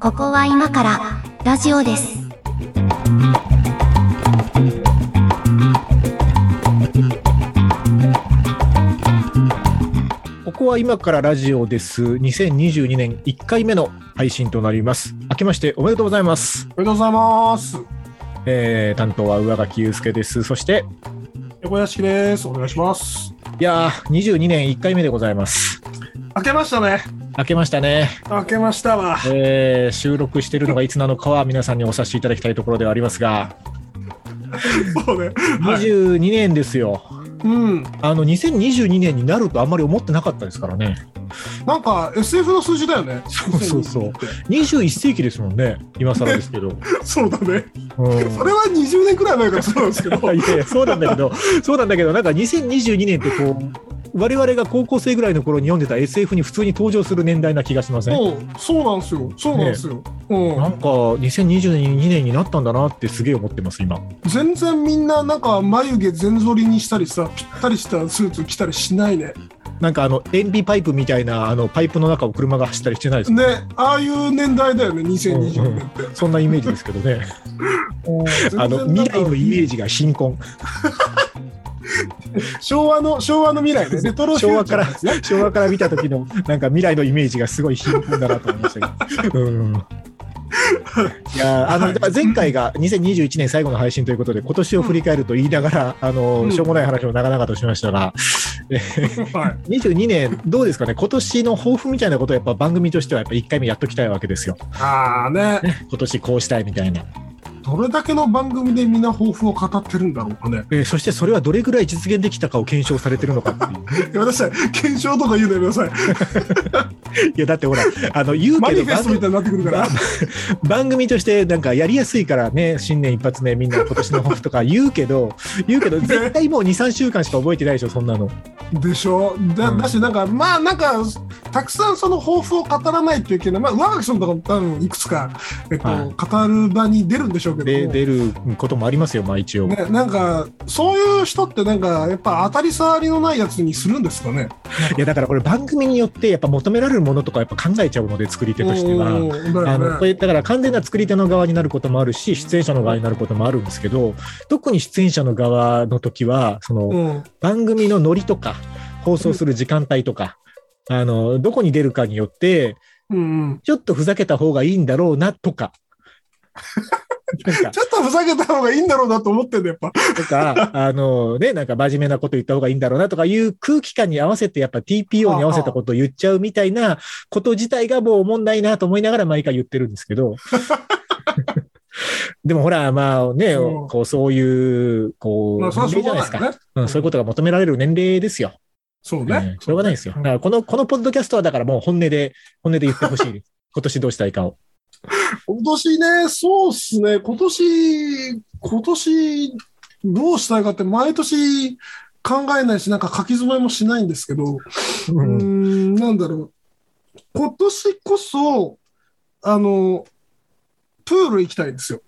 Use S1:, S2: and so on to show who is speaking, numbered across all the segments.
S1: ここは今からラジオです。
S2: ここは今からラジオです。2022年1回目の配信となります。明けましておめでとうございます。
S3: おめでとうございます。
S2: えー、担当は上垣祐介です。そして、
S3: 横屋敷です。お願いします。
S2: いやー、22年1回目でございます。
S3: 開けましたね。
S2: 明けましたね。
S3: 開けましたわ。
S2: えー、収録しているのがいつなのかは皆さんにお察しいただきたいところではありますが、
S3: そうね。はい。
S2: 22年ですよ。
S3: うん。
S2: あの、2022年になるとあんまり思ってなかったですからね。
S3: なんか SF の数字だよね。
S2: そうそうそう。21世紀ですもんね。今更ですけど。
S3: そうだね。
S2: うん
S3: それは20年くらい前からそうなんで すけど。
S2: いやいや、そうなんだけ ど、そうなんだけど、なんか2022年ってこう、我々が高校生ぐらいの頃に読んでた SF に普通に登場する年代な気がしません
S3: もうそうなんですよ。そうなんですよ。
S2: なんか2022年になったんだなってすげえ思ってます、今。
S3: うん。全然みんななんか眉毛全剃りにしたりさ、ぴったりしたスーツ着たりしないね。
S2: なんかあの、塩ビパイプみたいなあのパイプの中を車が走ったりしてないです
S3: ね、ああいう年代だよね。2020年って。
S2: そんなイメージですけどね。あの、
S3: 全然
S2: 未来のイメージが貧困。
S3: 昭和の昭和の未来ね。レトロフューチャ
S2: 昭和から、
S3: ー
S2: 昭和から見た時の なんか未来のイメージがすごい貧困だなと思いましたけど。うんいやーあのだから前回が2021年最後の配信ということで、今年を振り返ると言いながら、あの
S3: うん
S2: しょうもない話を長々としましたが、
S3: はい。
S2: 22年、どうですかね、今年の抱負みたいなことをやっぱ番組としては、やっぱ1回目やっときたいわけですよ、
S3: ああね。
S2: 今年こうしたいみたいな、
S3: どれだけの番組でみんな抱負を語ってるんだろうかね。
S2: えーそしてそれはどれぐらい実現できたかを検証されてるのかっていう。
S3: やめなさい。検証とか言うのやめなさい。
S2: いやだってほら、あの言う
S3: マ
S2: け
S3: ニ
S2: ど
S3: フェストみたいになってくるから。
S2: 番組としてなんかやりやすいからね新年一発目みんな今年の抱負とか言うけ ど言うけど絶対もう23週間しか覚えてないでしょそんなの
S3: でしょだ
S2: うん
S3: だし、なんか、まあ、なんか、たくさんその抱負を語らないといけない。まあ、上垣さんとかも多分いくつか、えっと、
S2: はい
S3: 語る場に出るんでしょうけど。
S2: で出ることもありますよまあ一応、
S3: ね、なんかそういう人ってなんかやっぱ当たり障りのないやつにするんですかね
S2: いやだからこれ番組によってやっぱ求められるものとかやっぱ考えちゃうので作り手としては。
S3: うんだ
S2: あ
S3: よね
S2: のこれだから完全な作り手の側になることもあるし出演者の側になることもあるんですけど特に出演者の側の時はその
S3: うん
S2: 番組のノリとか放送する時間帯とか、あのどこに出るかによって
S3: うんうん
S2: ちょっとふざけた方がいいんだろうなと か。なんか
S3: ちょっとふざけた方がいいんだろうなと思ってんだやっぱ
S2: とか、あのね、なんか真面目なこと言った方がいいんだろうなとかいう空気感に合わせて、やっぱ TPO に合わせたことを言っちゃうみたいなこと自体がもうおもんないなと思いながら毎回言ってるんですけ ど。でもほら、まあね、
S3: うん
S2: こうそういう、こう、
S3: まあそれはし
S2: 年
S3: ょ
S2: 齢
S3: う
S2: じゃ
S3: が
S2: ない
S3: な
S2: です
S3: い
S2: か、
S3: よね
S2: うん。そういうことが求められる年齢ですよ。
S3: そう
S2: う
S3: ね
S2: んしょうがないですよ。だからこの、このポッドキャストはだからもう本音で、本音で言ってほしい です。今年どうしたいかを。
S3: 今年ね、そうっすね、今年、今年どうしたいかって、毎年考えないし、なんか書き詰めもしないんですけど、うーん、なんだろう、今年こそ、あの、プール行きたいんですよ。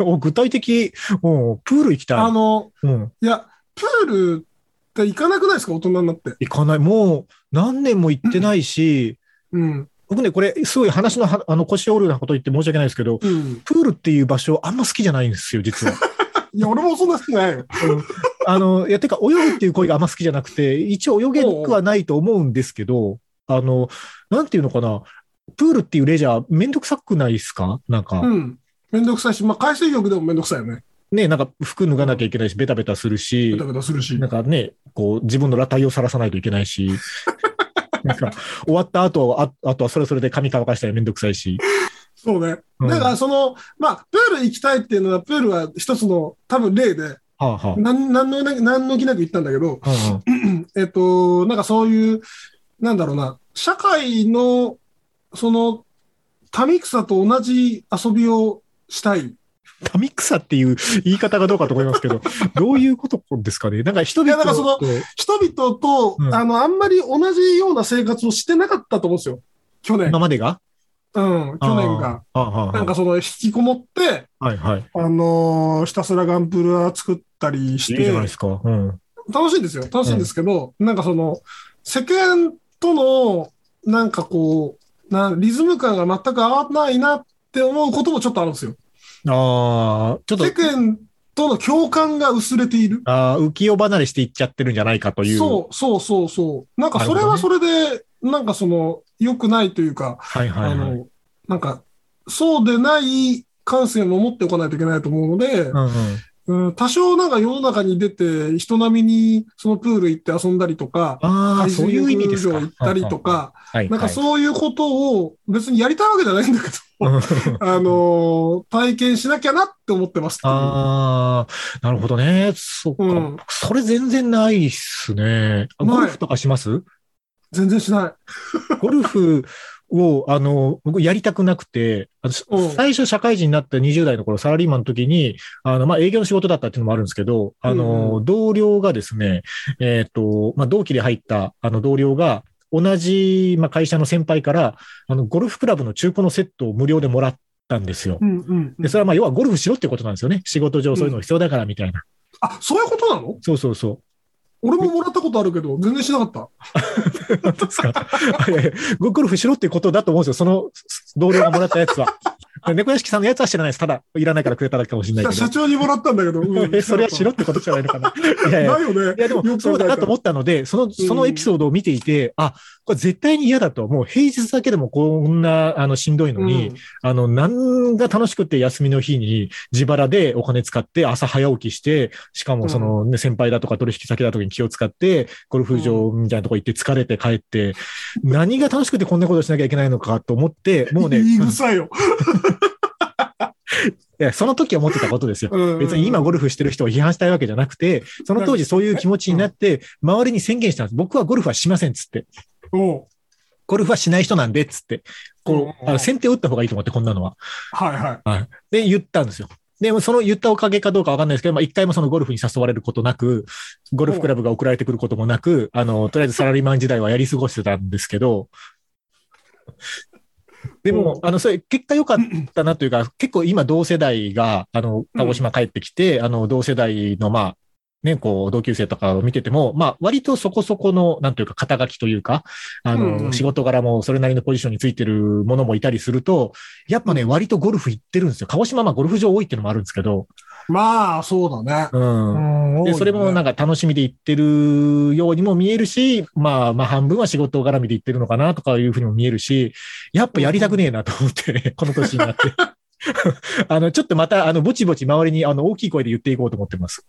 S2: お具体的、うん、プール行きたい。
S3: あの、
S2: うん、
S3: いや、プールって行かなくないですか、大人になって。
S2: 行かない。もう何年も行ってないし、
S3: うん。
S2: 僕ね、これ、すごい話のはあの腰折るようなこと言って申し訳ないですけど、
S3: うん。
S2: プールっていう場所あんま好きじゃないんですよ、 実は。
S3: いや、俺もそんな好きないよ。
S2: あの、いや、てか、泳ぐっていう行為があんま好きじゃなくて、一応泳げなくはないと思うんですけど、あの、なんていうのかな、プールっていうレジャー、めんどくさくないですかなんか、
S3: うん。めんどくさいし、まあ、海水浴でもめんどくさいよね。
S2: ね、なんか服脱がなきゃいけないし、ベタベタするし
S3: ベタ、ベタするし
S2: な。んかね、こう、自分の裸体を晒さないといけない し、なんか、終わった後は、ああとはそれそれで髪乾かしたりめんどくさいし。
S3: そうね。
S2: うん
S3: だから、その、まあ、プール行きたいっていうのは、プールは一つの多分例で、
S2: はあは
S3: なんなんのななんの気なく言ったんだけど、
S2: あ。うんうん
S3: えっと、なんかそういう、なんだろうな、社会の、その、民草と同じ遊びをしたい。
S2: 民草っていう言い方がどうかと思いますけ ど、どういうことですかねなんか人々
S3: いやなんかその
S2: と
S3: 人々と、
S2: うん
S3: あの、あんまり同じような生活をしてなかったと思うんですよ。去年。
S2: 今までが
S3: うん、去年が。。
S2: あーはあはあ
S3: なんかその、引きこもって、
S2: はいはい。
S3: あのーひたすらガンプラ作ったり
S2: い
S3: し
S2: いじ
S3: て
S2: ゃない、ですか。うん。
S3: 楽しいんですよ。楽しいんですけど、なんかその、世間との、なんかこう、なリズム感が全く合わないなって思うこともちょっとあるんですよ。
S2: ああ、ちょっと
S3: 世、間との共感が薄れている。
S2: あー浮世離れしていっちゃってるんじゃないかという。
S3: そうそうそうそう。なんかそれはそれで、なんかその、良くないというか、
S2: はいはいは
S3: あ
S2: い。
S3: の、なんか、そうでない感性も持っておかないといけないと思うので、
S2: うんうん、
S3: うん、多少なんか世の中に出て、人並みにそのプール行って遊んだりとか、
S2: ああ、
S3: 海
S2: そうい
S3: 水
S2: う意味
S3: 浴
S2: です
S3: 場
S2: か。
S3: 行ったりとか、
S2: はいはい、
S3: なんかそういうことを別にやりたいわけじゃないんだけど、
S2: うん
S3: あのー体験しなきゃなって思ってますっていう
S2: ああ、なるほどね。そっか、
S3: うん
S2: それ全然ないっすね。あ
S3: ない
S2: ゴルフとかします
S3: 全然しない。
S2: ゴルフを、あの、僕やりたくなくて、あのし
S3: うん
S2: 最初社会人になった20代の頃、サラリーマンの時に、あの、まあ、営業の仕事だったっていうのもあるんですけど、あ
S3: うん
S2: の、同僚がですね、えっ、と、まあ、同期で入った、あの、同僚が、同じ、まあ、会社の先輩から、あの、ゴルフクラブの中古のセットを無料でもらったんですよ
S3: う。んうんうん
S2: で、それはまあ、要はゴルフしろってことなんですよね。仕事上そういうの必要だからみたいな。
S3: あ、そういうことなの
S2: そうそうそう。
S3: 俺ももらったことあるけど、全然しなかった。
S2: 本当ですかいやいやゴルフしろってことだと思うんですよ。その同僚がもらったやつは。 猫屋敷さんのやつは知らないです。ただ、いらないからくれただけかもしれないけ
S3: 社長にもらったんだけど、うん
S2: ど。 え、それはしろってことじゃないのかな。いやいや。
S3: ないよね。
S2: いやでも、そうだなと思ったので、その、そのエピソードを見ていて、あ、これ絶対に嫌だと。もう平日だけでもこんな、あの、しんどいのに、あの、なんが楽しくて休みの日に自腹でお金使って朝早起きして、しかもそのね、先輩だとか取引先だとかに気を使って、ゴルフ場みたいなとこ行って疲れて帰って、何が楽しくてこんなことしなきゃいけないのかと思って、もうね、
S3: いい
S2: い
S3: 臭いよ。
S2: やその時は思ってたことですよ。別に今
S3: うん
S2: ゴルフしてる人を批判したいわけじゃなくて、その当時そういう気持ちになって、周りに宣言したんです。僕はゴルフはしませんっつって。
S3: おう
S2: ゴルフはしない人なんでっつって。こう、あの先手を打った方がいいと思って、こんなのは。
S3: はいはい。
S2: で、言ったんですよ。で、その言ったおかげかどうかわかんないですけど、まあ、一回もそのゴルフに誘われることなく、ゴルフクラブが送られてくることもなく、あの、とりあえずサラリーマン時代はやり過ごしてたんですけど、でも、あの、それ、結果良かったなというか、結構今同世代が、あの、鹿児島帰ってきて、あの、同世代の、まあ、ね、こう、同級生とかを見てても、まあ、割とそこそこの、なんというか、肩書きというか、あの、
S3: うんうん
S2: 仕事柄もそれなりのポジションについてるものもいたりすると、やっぱね、割とゴルフ行ってるんですよ。鹿児島、まあ、ゴルフ場多いっていうのもあるんですけど、
S3: まあ、そうだね。
S2: うん。
S3: うん
S2: で、それもなんか楽しみで行ってるようにも見えるし、まあまあ半分は仕事絡みで行ってるのかなとかいうふうにも見えるし、やっぱやりたくねえなと思っ て、この年になって。 あの、ちょっとまた、あの、ぼちぼち周りに、あの、大きい声で言っていこうと思ってます。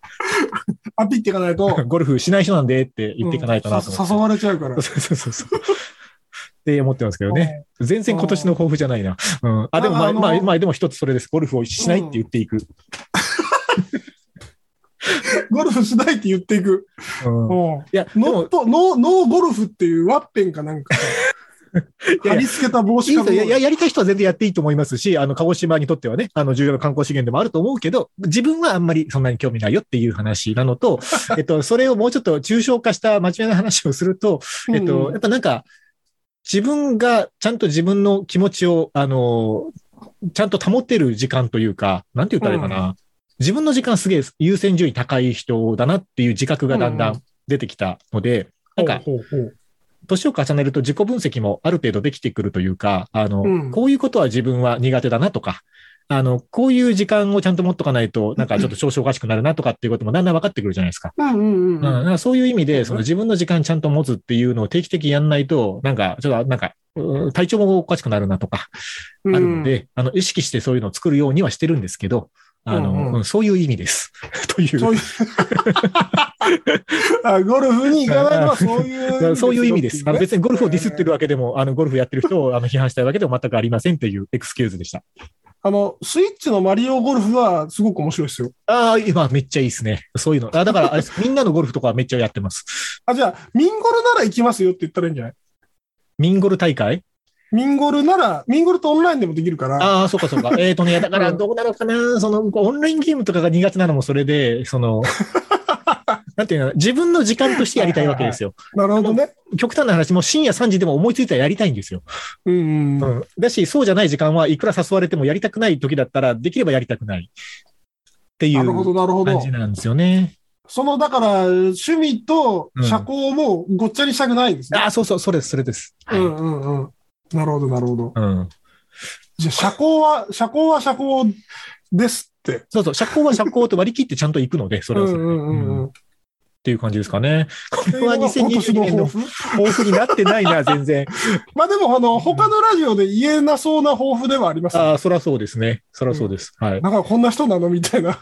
S3: アピっていかないと。
S2: ゴルフしない人なんでって言っていかないかなと
S3: うん
S2: 思
S3: さ
S2: って。
S3: 誘われちゃうから
S2: そう。そうそうそう。って思ってますけどね。全然今年の抱負じゃないな。うん。あ、でもまあ、
S3: あの
S2: まあ、まあ、でも一つそれです。ゴルフをしないって言っていく。
S3: ゴルフしないって言っていく。
S2: うん。い
S3: うん
S2: や、で
S3: ノ
S2: も
S3: ッ、ト、ノー、ノーゴルフっていうワッペンかなんか、貼り付けた 帽
S2: いい
S3: 子か
S2: ですよやや
S3: い
S2: やりたい人は全然やっていいと思いますし、あの、鹿児島にとってはね、あの、重要な観光資源でもあると思うけど、自分はあんまりそんなに興味ないよっていう話なのと、えっと、それをもうちょっと抽象化した真面目な話をすると、えっと、やっぱなんか、自分がちゃんと自分の気持ちを、あの、ちゃんと保てる時間というか、なんて言ったらいいかな。自分の時間すげえ優先順位高い人だなっていう自覚がだんだ
S3: うんうん
S2: 出てきたので、なんか、
S3: ほうほう
S2: 年を重ねると自己分析もある程度できてくるというか、あの、
S3: うん
S2: こういうことは自分は苦手だなとか、あの、こういう時間をちゃんと持っとかないと、なんかちょっと少々おかしくなるなとかっていうこともだんだん分かってくるじゃないですか。
S3: ほう。うんうん
S2: うん、だ
S3: うん。
S2: からそういう意味
S3: そう
S2: で、
S3: ね
S2: その自分の時間ちゃんと持つっていうのを定期的にやんないと、なんか、ちょっとなんか、うん体調もおかしくなるなとか、あるので、あの、意識してそういうのを作るようにはしてるんですけど、あの、
S3: うんうん
S2: うんそういう意味です。 という。
S3: そういうあゴルフに行かないのはそう
S2: だか
S3: い
S2: ら
S3: う。
S2: そういう意味です。あの別にゴルフをディスってる
S3: わ。
S2: わけでも、あのゴルフやってる人をあの批判したいわけでも全くありませんというエクスキューズでした。
S3: あの、スイッチのマリオゴルフはすごく面白いですよ。
S2: ああ、今めっちゃいいですね。そういうの。あだからあれ です、みんなのゴルフとかはめっちゃやってます。
S3: あ、じゃあ、ミンゴルなら行きますよって言ったらいいんじゃない
S2: ミンゴル大会
S3: ミンゴルなら、ミンゴルとオンラインでもできるから。
S2: ああ、そうか そうか。えっ、とね、いやだからどうなのかな、その、こうオンラインゲームとかが苦手なのもそれで、そ の、なんていうの、自分の時間としてやりたいわけですよ。
S3: なるほどね。
S2: 極端な話も深夜3時でも思いついたらやりたいんですよ。
S3: うんうん。
S2: うん、だし、そうじゃない時間はいくら誘われてもやりたくない時だったら、できればやりたくない。ってい
S3: なるほ
S2: う
S3: ど、なるほ
S2: 感
S3: ど
S2: じ。なんですよね。
S3: その、だから、趣味と社交もごっちゃにしたくないですね。
S2: あ、そうそう、それです、それです。
S3: う
S2: はい。
S3: んうんうん。なるほど、なるほど。
S2: うん。
S3: じゃあ、社交は、社交は社交ですって。
S2: そうそう、社交は社交と割り切ってちゃんと行くので、それはそれで。
S3: うんうんうん
S2: う
S3: うん
S2: っ
S3: ん。
S2: ていう感じですかね。これは
S3: 今年
S2: 2022年
S3: の
S2: の
S3: 抱負
S2: 抱負になってない な、全然。
S3: まあでも、あの、他のラジオで言えなそうな抱負ではありますね。
S2: ああ、そらそうですね。そらそうです。はい。
S3: なんかこんな人なのみたいな。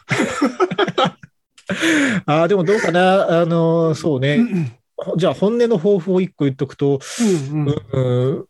S2: ああ、でもどうかな。あのーそう
S3: うんう
S2: ね。
S3: ん
S2: じゃあ、本音の抱負を一個言っとくと、
S3: うんう
S2: う
S3: ん
S2: ん、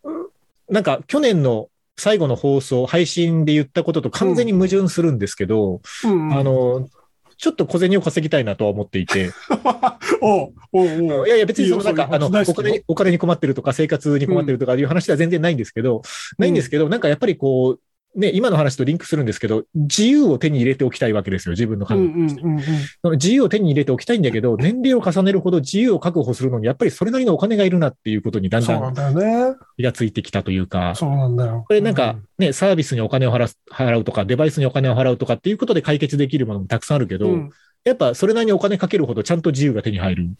S2: なんか去年の最後の放送、配信で言ったことと完全に矛盾するんですけど、
S3: うん
S2: あの、ちょっと小銭を稼ぎたいなとは思っていて、
S3: おうおうおう
S2: いやいや、別にその
S3: いい
S2: な
S3: よ
S2: んか、
S3: そういう
S2: あの
S3: 大好
S2: お
S3: き
S2: 金に、お金に困ってるとか、生活に困ってるとかいう話では全然ないんですけど、ないんですけど、なんかやっぱりこう、ね、今の話とリンクするんですけど、自由を手に入れておきたいわけですよ、自分の
S3: う
S2: 感
S3: ん
S2: 覚
S3: うんうんうん。
S2: その自由を手に入れておきたいんだけど、年齢を重ねるほど自由を確保するのに、やっぱりそれなりのお金がいるなっていうことにだん
S3: そ
S2: だ
S3: うなん
S2: ん
S3: だよね。
S2: 気がついてきたというか、
S3: そうなんだよ。
S2: これなんかね、サービスにお金を払す払うとか、デバイスにお金を払うとかっていうことで解決できるものもたくさんあるけ
S3: う
S2: ど、
S3: ん、
S2: やっぱそれなりにお金かけるほどちゃんと自由が手に入るじ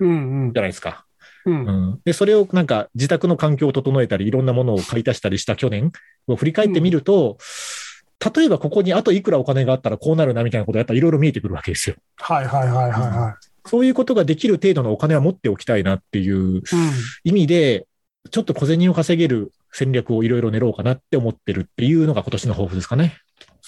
S3: うん、うん
S2: ゃないですか。
S3: うん
S2: う。ん、で、それをなんか自宅の環境を整えたり、いろんなものを買い足したりした去年を振り返ってみると、例えばここにあといくらお金があったらこうなるなみたいなことがやっぱいろいろ見えてくるわけですよ。
S3: はいはいはいはいは
S2: そういうことができる程度のお金は持っておきたいなっていう
S3: い。うん
S2: 意味で、ちょっと小銭を稼げる戦略をいろいろ練ろうかなって思ってるっていうのが今年の抱負ですかね。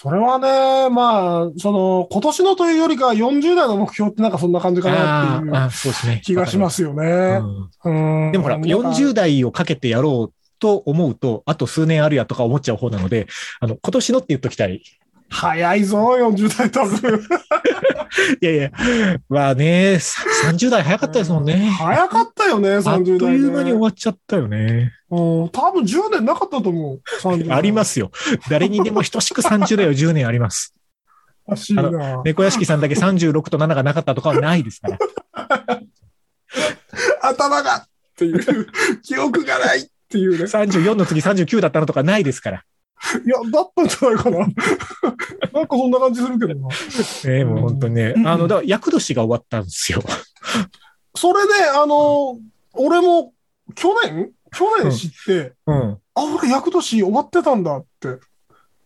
S3: それはね、まあ、その、今年のというよりかは40代の目標ってなんかそんな感じかな
S2: あ
S3: って
S2: ー
S3: いう
S2: あ、そうですね。。
S3: 気がしますすよね。うん
S2: でもほら、40代をかけてやろうと思うと、あと数年あるやとか思っちゃう方なので、あの、今年のって言っときたい。
S3: 早いぞ、40代多分。
S2: いやいや、まあね、さ30代早かったですもんね。
S3: 早かったよね、30
S2: あっ
S3: 代、ね。
S2: という間に終わっちゃったよね。
S3: うん、多分10年なかったと思う。30。
S2: ありますすよ。誰にでも等しく30代は10年あります。
S3: らしいな。あ
S2: 猫屋敷さんだけ36と7がなかったとかはないですから。
S3: 頭がっていう、記憶がないってい うね。
S2: 34の次39だったのとかないですから。
S3: いや、だったんじゃないかな。 なんかそんな感じするけどな。
S2: ええもう本当にね
S3: う。ん
S2: あの、だから、厄年が終わったんですよ。
S3: それで、あの、俺も去年去年知って、
S2: うん。
S3: あ、俺役年終わってたんだって。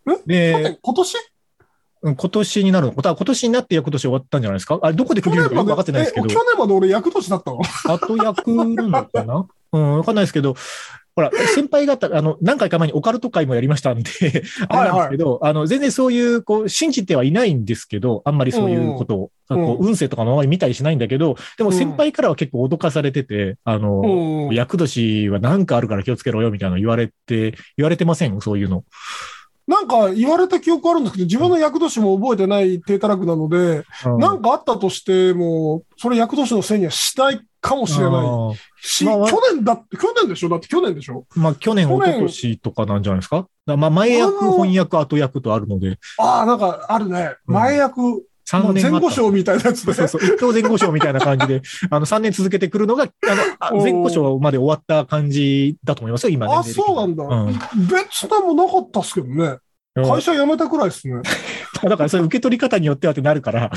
S3: 去
S2: で、
S3: 年今年
S2: うん今年になるの。だから今年になって厄年終わったんじゃないですかあれ、どこで
S3: 去
S2: 区切るのか
S3: 年
S2: よく分か
S3: ま
S2: って
S3: で、
S2: ない
S3: え
S2: ですけ
S3: 去
S2: ど、
S3: 年まで俺役年だったの
S2: 後役なのかな うん、分かんないですけど、ほら、先輩方、あの、何回か前にオカルト会もやりましたんで、 あれなんですけど、あの、全然そういう、こう、信じてはいないんですけど、あんまりそういうことを、
S3: うん
S2: こう運勢とかもあまり見たりしないんだけど、でも先輩からは結構脅かされてて、あの、
S3: うん
S2: 厄年は何かあるから気をつけろよみたいなの言われて、言われてませんそういうの。
S3: なんか言われた記憶あるんですけど、自分の役年も覚えてない低たらくなので、なんかあったとしても、それ役年のせいにはしないかもしれない
S2: あー
S3: し、
S2: まあまあ
S3: 去年だって、去年でしょだって去年でしょ
S2: まあ、去年、
S3: 去
S2: 一
S3: 年
S2: 昨年とかなんじゃないですかだからまあ、前役、
S3: あの
S2: 翻訳、後役とあるので、
S3: ああ、なんかあるね。
S2: うん
S3: 前役、ま
S2: 3
S3: あ
S2: 年
S3: 前
S2: 後
S3: 後賞みたいなやつで。
S2: そうそう、 一等前後賞みたいな感じで、あの、3年続けてくるのが、あの
S3: お
S2: あ、
S3: ー
S2: 前後賞まで終わった感じだと思いますよ、今ね。
S3: あそうなんだ
S2: うん
S3: 別でもなかったっすけどね。会社辞めたくらいっすね。
S2: だから、それ受け取り方によってはってなるから、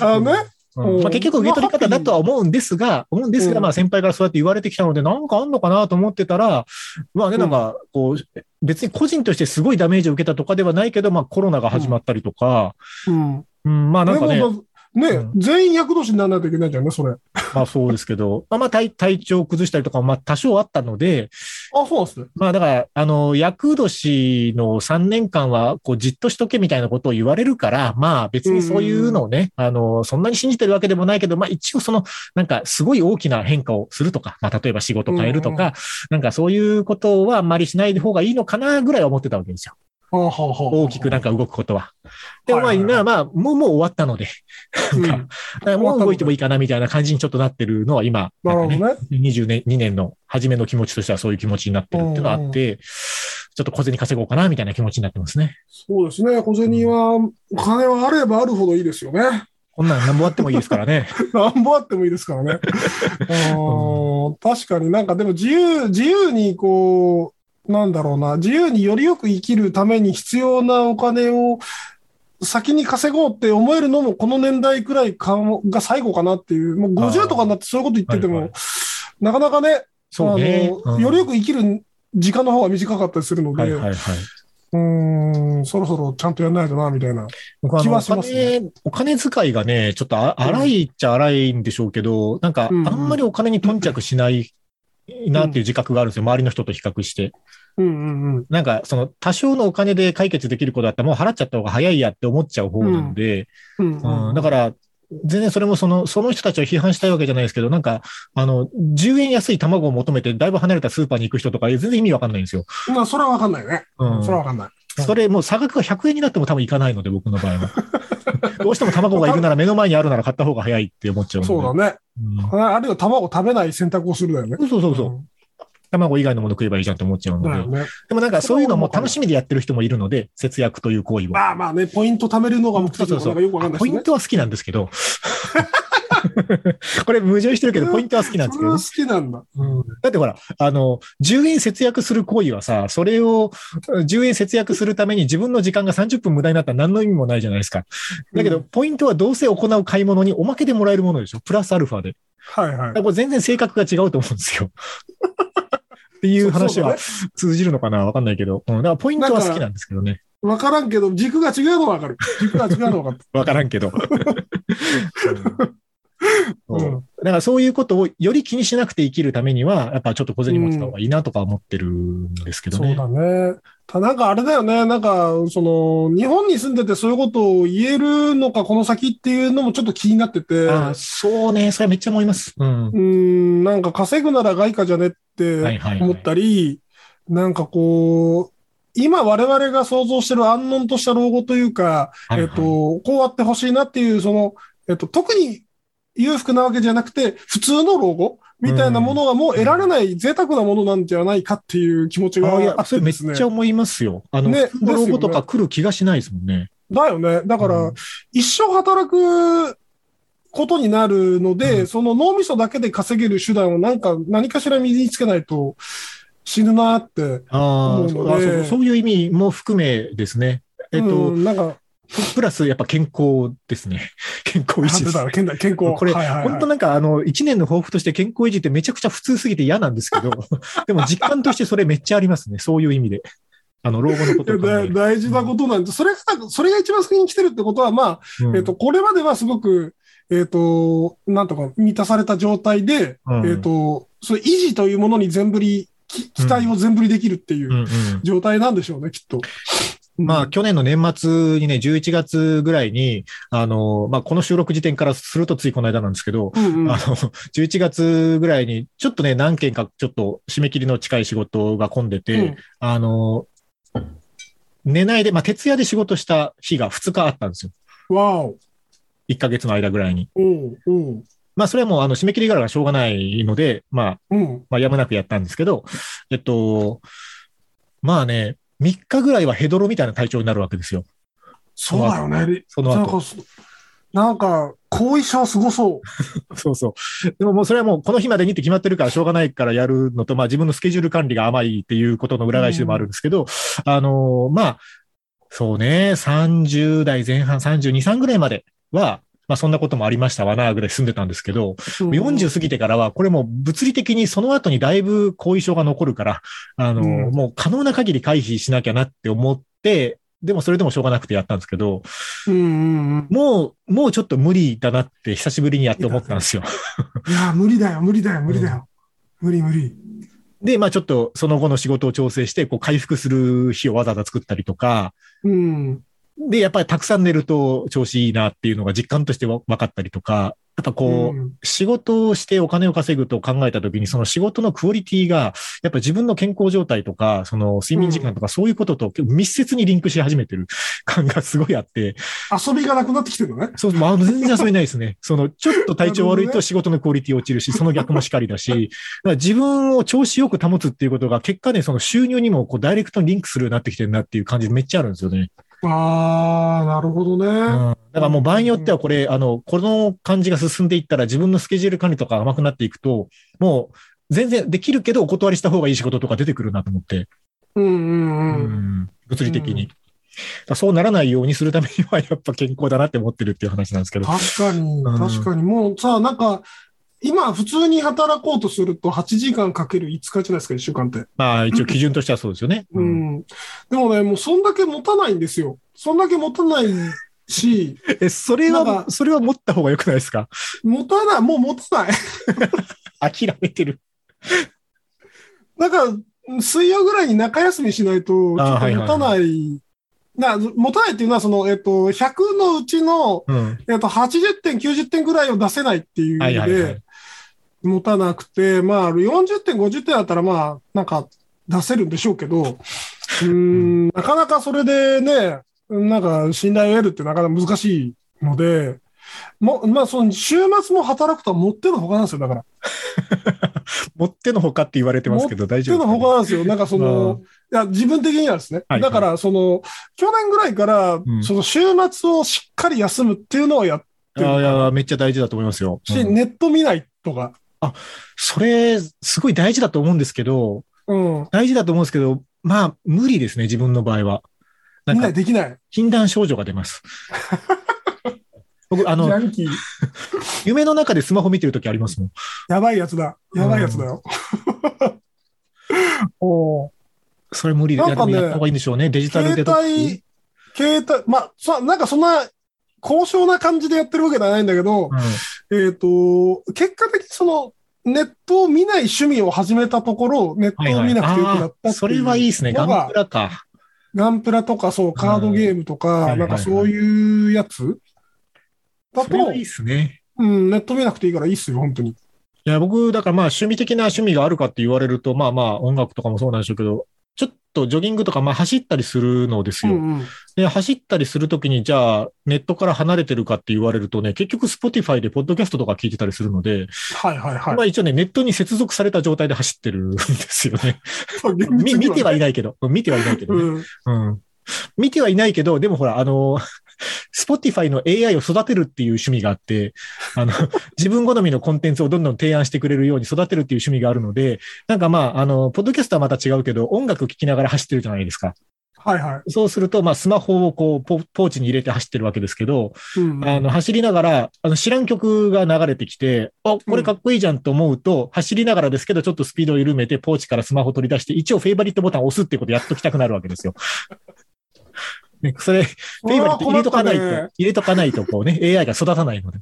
S3: あ
S2: う
S3: あね。
S2: んま
S3: うん
S2: あ、結局受け取り方だとは思うんですが、思うんです
S3: う
S2: が、
S3: ん
S2: まあ先輩からそうやって言われてきたので、なんかあんのかなと思ってたら、まあね、なんか、こう、別に個人としてすごいダメージを受けたとかではないけど、まあコロナが始まったりとか、
S3: うん。
S2: うん、まあなんかね
S3: で、もね、
S2: うん
S3: 全員役年にならないといけないじゃんね、それ。あ、
S2: まあそうですけど、まあまあ体体調を崩したりとかもまあ多少あったので、
S3: そうなんですね。
S2: まあだから、あの、厄年の3年間は、こう、じっとしとけみたいなことを言われるから、まあ別にそういうのをね、あの、そんなに信じてるわけでもないけど、まあ一応その、なんかすごい大きな変化をするとか、まあ例えば仕事変えると
S3: うんう
S2: か、なんかそういうことはあんまりしない方がいいのかなぐらいは思ってたわけですよ。
S3: あはは
S2: 大きくなんか動くことは。でもまあ
S3: はいはいは
S2: 今、まあもうもう終わったので、
S3: うん
S2: なんかだからもう動いてもいいかなみたいな感じにちょっとなってるのは今、
S3: なるほどね。
S2: 20年、2年の初めの気持ちとしてはそういう気持ちになってるっていうのがあって、ちょっと小銭稼ごうかなみたいな気持ちになってますね。
S3: そうですね。小銭は、お金はあればあるほどいいですよね。
S2: こんなん何ぼあってもいいですからね。
S3: なんぼあってもいいですから ね。あー確かになんかでも自由、自由にこう、なんだろうな、自由によりよく生きるために必要なお金を先に稼ごうって思えるのもこの年代くらいかもが最後かなっていう、もう50とかになってそういうこと言ってても、
S2: はいはい
S3: なかなかね、
S2: そうね。
S3: あの
S2: うん
S3: よりよく生きる時間の方が短かったりするので、
S2: はいはいはい。
S3: うーん、そろそろちゃんとやんないとな、みたいな。
S2: 僕はあ
S3: 気
S2: の
S3: は
S2: お
S3: しますね
S2: 金、お金遣いがね、ちょっとあ荒いっちゃ荒いんでしょうけど、なんかあ
S3: うん
S2: んまりお金に頓着しないなっていう自覚があるんですよ。周りの人と比較して。
S3: うんうんうん。
S2: なんかその多少のお金で解決できることだったらもう払っちゃった方が早いやって思っちゃう方なんで、
S3: うん
S2: うん
S3: うん
S2: だから、全然それもその、その人たちを批判したいわけじゃないですけど、なんか、あの、10円安い卵を求めて、だいぶ離れたスーパーに行く人とか、全然意味わかんないんですよ。
S3: まあ、それはわかんないね。
S2: うん
S3: それはわかんない。
S2: それ、もう差額が100円になっても多分行かないので、僕の場合は。 どうしても卵がいるなら目の前にあるなら買った方が早いって思っちゃうので。
S3: そうだね。
S2: うん
S3: ああるいは卵食べない選択をするだよね。
S2: そうそうそう。卵以外のもの食えばいいじゃんって思っちゃう
S3: うんだ
S2: の
S3: よ
S2: で。
S3: ね。
S2: でもなんかそういうのも楽しみでやってる人もいるので、節約という行為は。
S3: まあまあね、ポイント貯めるのが目
S2: そう
S3: 的
S2: そ
S3: な
S2: う
S3: の
S2: そ
S3: かよくわかん
S2: う。
S3: ない
S2: ポ
S3: し
S2: イン
S3: ね。
S2: トは好きなんですけど。 これ矛盾してるけど、ポイントは好きなんです
S3: そ
S2: け
S3: れ
S2: どね
S3: は好。きなんだ。うん
S2: だってほら、あの、10円節約する行為はさ、それを、10円節約するために自分の時間が30分無駄になったら何の意味もないじゃないですか。だけど、
S3: うん
S2: ポイントはどうせ行う買い物におまけでもらえるものでしょプラスアルファで。
S3: はい
S2: だ
S3: はい
S2: か。らこれ全然性格が違うと思うんですよ。 っていう話は通じるのかなわかんないけど。うん、だからポイントは好きなんですけどね。
S3: わからんけど、軸が違うのはわかる。軸が違うのは わか
S2: わからんけど。
S3: うん
S2: そうだからそういうことをより気にしなくて生きるためには、やっぱちょっと小銭持ってた方がいいなとか思ってるんですけど
S3: る。そ
S2: ね。
S3: うだね。たなんかあれだよね。なんか、その、日本に住んでてそういうことを言えるのか、この先っていうのもちょっと気になってて。
S2: あーそうね、それはめっちゃ思います。うん。
S3: うーん、なんか稼ぐなら外貨じゃねっ
S2: は
S3: て
S2: いはいはい
S3: 思ったり、なんかこう、今我々が想像してる安穏とした老後というか、
S2: はいはい
S3: えっと、こうあってほしいなっていう、その、えっと、特に裕福なわけじゃなくて、普通の老後みたいなものがもう得られない贅沢なものなんじゃないかっていう気持ちが
S2: あーい
S3: あ
S2: や、
S3: っ
S2: そ
S3: て
S2: れめ
S3: で
S2: っ
S3: すね
S2: ち。ゃ思いますよ。あの、
S3: ね
S2: 普通のロゴと
S3: ですよ
S2: か来る気がしないですもんね。
S3: だよね。だから、
S2: うん
S3: 一生働くことになるので、
S2: うん
S3: その脳みそだけで稼げる手段をなんか、何かしら身につけないと死ぬなって。
S2: あ
S3: 思
S2: あ、
S3: う
S2: そ
S3: の
S2: う
S3: で
S2: あそうそういう意味も含めですね。えっと、
S3: うんなんか、
S2: プラスやっぱ健康ですね。 健康維持です
S3: あ出た健康健康。
S2: これ
S3: はいはいはい
S2: 本当なんかあの、一年の抱負として健康維持ってめちゃくちゃ普通すぎて嫌なんですけど、 でも実感としてそれめっちゃありますね。そういう意味で。あの、老後のことを考え
S3: だ
S2: ると
S3: 大事なことなんで、それが、それが一番先に来てるってことは、ま
S2: うん
S3: あ、えっと、これまではすごく、えっと、なんとか満たされた状態で、
S2: うん
S3: えっと、それ維持というものに全振り、き期待を全振りできるっていううん
S2: うん
S3: 状態なんでしょうね、きっと。
S2: まあ、去年の年末にね、11月ぐらいに、あの、まあ、この収録時点からするとついこの間なんですけど、
S3: うんうん
S2: あの、11月ぐらいに、ちょっとね、何件か、ちょっと締め切りの近い仕事が混んでて、
S3: うん
S2: あの、寝ないで、まあ、徹夜で仕事した日が2日あったんですよ。
S3: わお。
S2: 1ヶ月の間ぐらいに。
S3: おうおう
S2: まあ、それはもう、あの、締め切りからがしょうがないので、まあ、
S3: うん。
S2: まあ、やむなくやったんですけど、えっと、まあね、3日ぐらいはヘドロみたいな体調になるわけですよ。
S3: そうだよね。
S2: その
S3: なん
S2: 後
S3: か。そ、なんか、後遺症すごそ
S2: そうそう。でももうそれはもうこの日までにって決まってるからしょうがないからやるのと、まあ自分のスケジュール管理が甘いっていうことの裏返しでもあるんですけど、あのまあ、そうね、30代前半、32、3ぐらいまでは、まあそんなこともありましたわな、ぐらい住んでたんですけど、
S3: う。
S2: 40過ぎてからは、これもう物理的にその後にだいぶ後遺症が残るから、あの
S3: うん
S2: もう可能な限り回避しなきゃなって思って、でもそれでもしょうがなくてやったんですけど、
S3: うんうんうん。
S2: もう、もうちょっと無理だなって久しぶりにやって思ったんですよ。
S3: いや、無理だよ、無理だよ、無理だよ。無理無理。
S2: で、まあちょっとその後の仕事を調整して、こう回復する日をわざわざ作ったりとか、
S3: うん。
S2: で、やっぱりたくさん寝ると調子いいなっていうのが実感としてわ分かったりとか、やっぱこう、
S3: うん
S2: 仕事をしてお金を稼ぐと考えたときに、その仕事のクオリティが、やっぱ自分の健康状態とか、その睡眠時間とかそういうことと密接にリンクし始めてる感がすごいあって、
S3: 遊びがなくなってきてるのね。
S2: そう、まあ、全然遊べないですね。 その、ちょっと体調悪いと仕事のクオリティ落ちるし、その逆もしかりだし、だ から自分を調子よく保つっていうことが、結果ね、その収入にもこうダイレクトにリンクするようになってきてるなっていう感じめっちゃあるんですよね。
S3: ああ、なるほど
S2: うん。
S3: ね。
S2: だからもう場合によってはこれ、あの、この感じが進んでいったら自分のスケジュール管理とか甘くなっていくと、もう、全然できるけどお断りした方がいい仕事とか出てくるなと思って、
S3: うんうんうん。
S2: 物理的に。らそうならないようにするためには、やっぱ健康だなって思ってるっていう話なんですけど。
S3: 確かに、
S2: ん
S3: 確かに。もうさ、なんか、今、普通に働こうとすると、8時間かける5日じゃないですか、1週間って。
S2: まあ、一応基準としてはそうですよね。
S3: う。ん。でもね、もう、そんだけ持たないんですよ。そんだけ持たないし、
S2: え、それ
S3: なん
S2: は、
S3: か
S2: それは持った方が良くないです か
S3: 持たない、もう持たない。
S2: 諦めてる。
S3: だから、水曜ぐらいに中休みしないと、ちょっと
S2: あーはいはい
S3: 持たない。な持たないっていうのは、その、えっと、100のうちの、
S2: うん。
S3: えっと、80点、90点ぐらいを出せないっていう意
S2: はい
S3: 味
S2: はいはい
S3: で、。持たなくて、まあ、40点、50点だったら、まあ、なんか、出せるんでしょうけど、うーん、なかなかそれでね、なんか、信頼を得るってなかなか難しいので、もまあ、その、週末も働くとは持ってのほかなんですよ、だから。
S2: 持ってのほかって言われてますけど、大
S3: 持
S2: 丈
S3: って
S2: 夫
S3: の
S2: ですか
S3: ほ
S2: ね
S3: かなんですよ、なんかその、いや、自分的にはですね。
S2: はい
S3: だから、その、去年ぐらいから、
S2: ん
S3: その、週末をしっかり休むっていうのをやっ
S2: いやいや、めっちゃ大事だと思いますよ。
S3: し、
S2: うん
S3: ネット見ないとか、
S2: それ、すごい大事だと思うんですけど、
S3: うん、
S2: 大事だと思うんですけど、まあ、無理ですね、自分の場合は。な
S3: 見
S2: ん
S3: ない、
S2: か、
S3: できない。
S2: 禁断症状が出 ます。僕、あ
S3: ジ
S2: の、
S3: ャンキー。
S2: 夢の中でスマホ見てるときありますもん。
S3: やばいやつだ。やばいやつだよ。 おー
S2: それ無理で、いや
S3: なん
S2: で
S3: か
S2: も
S3: ね
S2: やった方がいいんでしょうね、デジタルデ
S3: 携
S2: トックス
S3: 帯、携帯、まあ、さ、なんかそんな、高尚な感じでやってるわけではないんだけど、えっ、と、結果的にその、ネットを見ない趣味を始めたところ、ネット
S2: うん。はい
S3: を
S2: は
S3: 見
S2: い。
S3: なくてよくな
S2: あ
S3: っ
S2: あ
S3: た
S2: ー、それはいい
S3: い。
S2: ですね。ガ
S3: のが
S2: ンプラか。
S3: ガンプラとか、そう、カードゲームとか、
S2: うん
S3: な
S2: は
S3: んか
S2: いはい
S3: そ
S2: は
S3: ういうやつだ
S2: それ
S3: と
S2: はいい、ですね。
S3: うん、ネット見なくていいからいいっすよ、本当に。
S2: いや、僕、だからまあ趣味的な趣味があるかって言われると、まあまあ音楽とかもそうなんでしょうけど、ちょっとジョギングとかまあ走ったりするのです
S3: う
S2: よ。
S3: んうん。
S2: で、走ったりするときに、じゃあネットから離れてるかって言われるとね、結局 Spotify でポッドキャストとか聞いてたりするので、
S3: はいはいはい
S2: ま。あ一応ね、ネットに接続された状態で走ってるんですよね。
S3: 厳密
S2: み
S3: に
S2: 見てはいないけど、見てはいないけど
S3: う
S2: ね。
S3: ん。
S2: うん。見てはいないけど、でもほら、あの、Spotify の AI を育てるっていう趣味があって、あの、 自分好みのコンテンツをどんどん提案してくれるように育てるっていう趣味があるので、なんかまあ、あの、ポッドキャストはまた違うけど、音楽聴きながら走ってるじゃないですか。
S3: はいは
S2: そうすると、まあ、スマホをこうポ、ポーチに入れて走ってるわけですけど、
S3: い。うん。
S2: あの、走りながら、あの、知らん曲が流れてきて、あ、これかっこいいじゃんと思うと、走りながらですけど、ちょっとスピードを緩めて、ポーチからスマホ取り出して、一応フェイバリットボタンを押すっていうことやっときたくなるわけ ですよ。ね、それ、フェイバリット入れとかないと、
S3: これは困ったね
S2: 入れとかないと、こうね、AI が育たないので。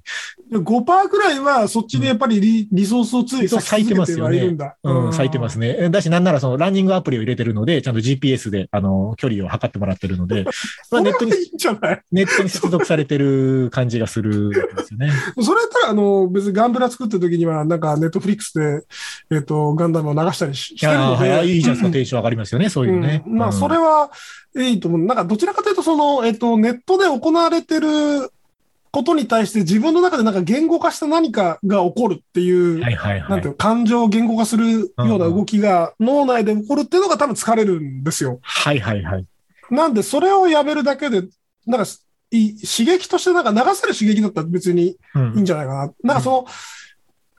S3: で5%くらいは、そっちでやっぱりリ,、リソースをつい
S2: そう割いてますよね
S3: 割いるんだ。
S2: うん、咲いてます
S3: ね。
S2: ね。だし、なんならそのランニングアプリを入れてるので、ちゃんと GPS で、あの、距離を測ってもらってるの で、まあ、
S3: そ
S2: ネ
S3: れ
S2: ット
S3: は
S2: に、
S3: いいんじゃない
S2: ネットに接続されてる感じがするんですよ ね。
S3: それやったら、あの、別にガンブラ作ってる時には、なんか、ネットフリックスで、えっ、と、ガンダムを流したりしし
S2: い
S3: てる
S2: や
S3: の
S2: ーはい
S3: で。
S2: いいじゃないですか、テンション上がりますよね、そういうね。
S3: うんまあ、
S2: うん
S3: それはいいと思う。なんか、どちらかというと、その、えっ、と、ネットで行われてることに対して、自分の中でなんか言語化した何かが起こるっていう、
S2: はいはい
S3: な
S2: は
S3: んてい
S2: い。
S3: うの感情を言語化するような動きが脳内で起こるっていうのが多分疲れるんですよ。
S2: はいはいはい。
S3: なんで、それをやめるだけで、なんか、い刺激として、なんか流せる刺激だったら別に
S2: う
S3: いいん
S2: ん。
S3: じゃないかな。なんかその、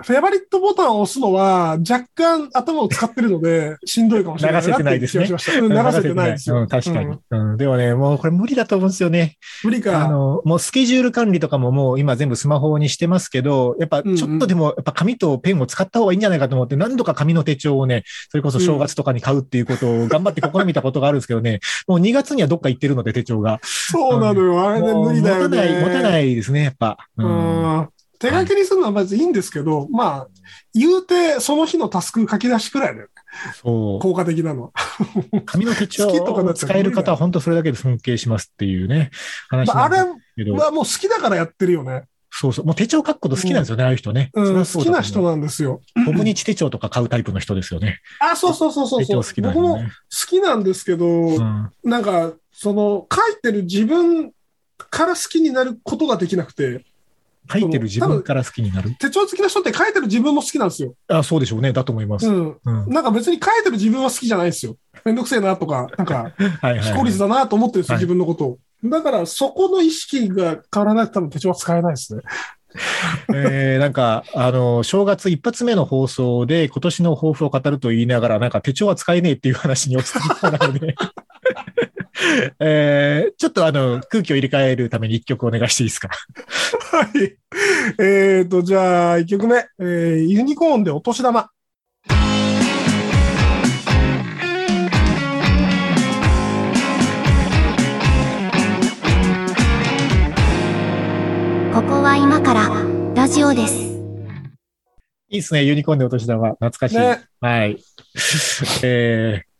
S3: フェアバリットボタンを押すのは、若干頭を使ってるので、しんどいかもしれない
S2: 流せてないですね
S3: っていう気がしましたうん流せてないです
S2: う
S3: よ
S2: ん。確か
S3: う
S2: に
S3: ん。
S2: うん。でもね、もうこれ無理だと思うんですよね。
S3: 無理
S2: あ
S3: か。
S2: の、もうスケジュール管理とかももう今全部スマホにしてますけど、やっぱ
S3: うんうん
S2: ちょっとでも、やっぱ紙とペンを使った方がいいんじゃないかと思って、何度か紙の手帳をね、それこそ正月とかに買うっていうことを頑張って試みたことがあるんですけど ね、もう2月にはどっか行ってるので手帳が。
S3: そうなのよ。あれね、
S2: もう
S3: 無理だよ
S2: 持たない、
S3: ね。
S2: 持たないですね、やっぱ。うん
S3: うん。手書きにするのはまずいいんですけど、まあ、言うて、その日のタスク書き出しくらいだよね。
S2: そう。
S3: 効果的なのは。
S2: 紙の手帳
S3: 好きとかな
S2: を
S3: っちゃう
S2: 使える方は本当それだけで尊敬しますっていうね、話
S3: まあ、
S2: な
S3: あ
S2: んですけ
S3: れ
S2: ど、
S3: はもう好きだからやってるよね。
S2: そうそう、もう手帳書くこと好きなんですよね、ああいう人ね。
S3: う
S2: そ
S3: ん、
S2: りゃそ
S3: 好
S2: う
S3: き
S2: だと思
S3: な
S2: う
S3: 人なんですよ。
S2: 僕日手帳とか買うタイプの人ですよね。
S3: あ、そうそうそうそう
S2: 手
S3: そ
S2: 帳
S3: う。
S2: 好きなん
S3: 僕
S2: で
S3: も
S2: ね
S3: 好。きなんですけど、
S2: うん
S3: なんか、その、書いてる自分から好きになることができなくて、
S2: 書いてる自分から好きになる。
S3: 手帳好きな人って書いてる自分も好きなんですよ。
S2: あ、そうでしょうね。だと思います。
S3: う
S2: うん。
S3: ん。なんか別に書いてる自分は好きじゃないですよ。めんどくせえなとか、なんか、
S2: はいはい。
S3: 非効率だなと思ってるんですよ、
S2: はい
S3: 自分のことを。だから、そこの意識が変わらないと多分手帳は使えないですね。
S2: えーなんか、あの、正月一発目の放送で今年 の抱負を語ると言いながら、なんか手帳は使えねえっていう話に落ち着きそうなので。えーちょっとあの、空気を入れ替えるために一曲お願いしていいですか。
S3: はい。えっ、ー、と、じゃあ、1曲目。えーユニコーンでお年玉。
S1: ここは今からラジオです。
S2: いいですね、ユニコーンでお年玉。懐かしい。
S3: ね
S2: はい。 えー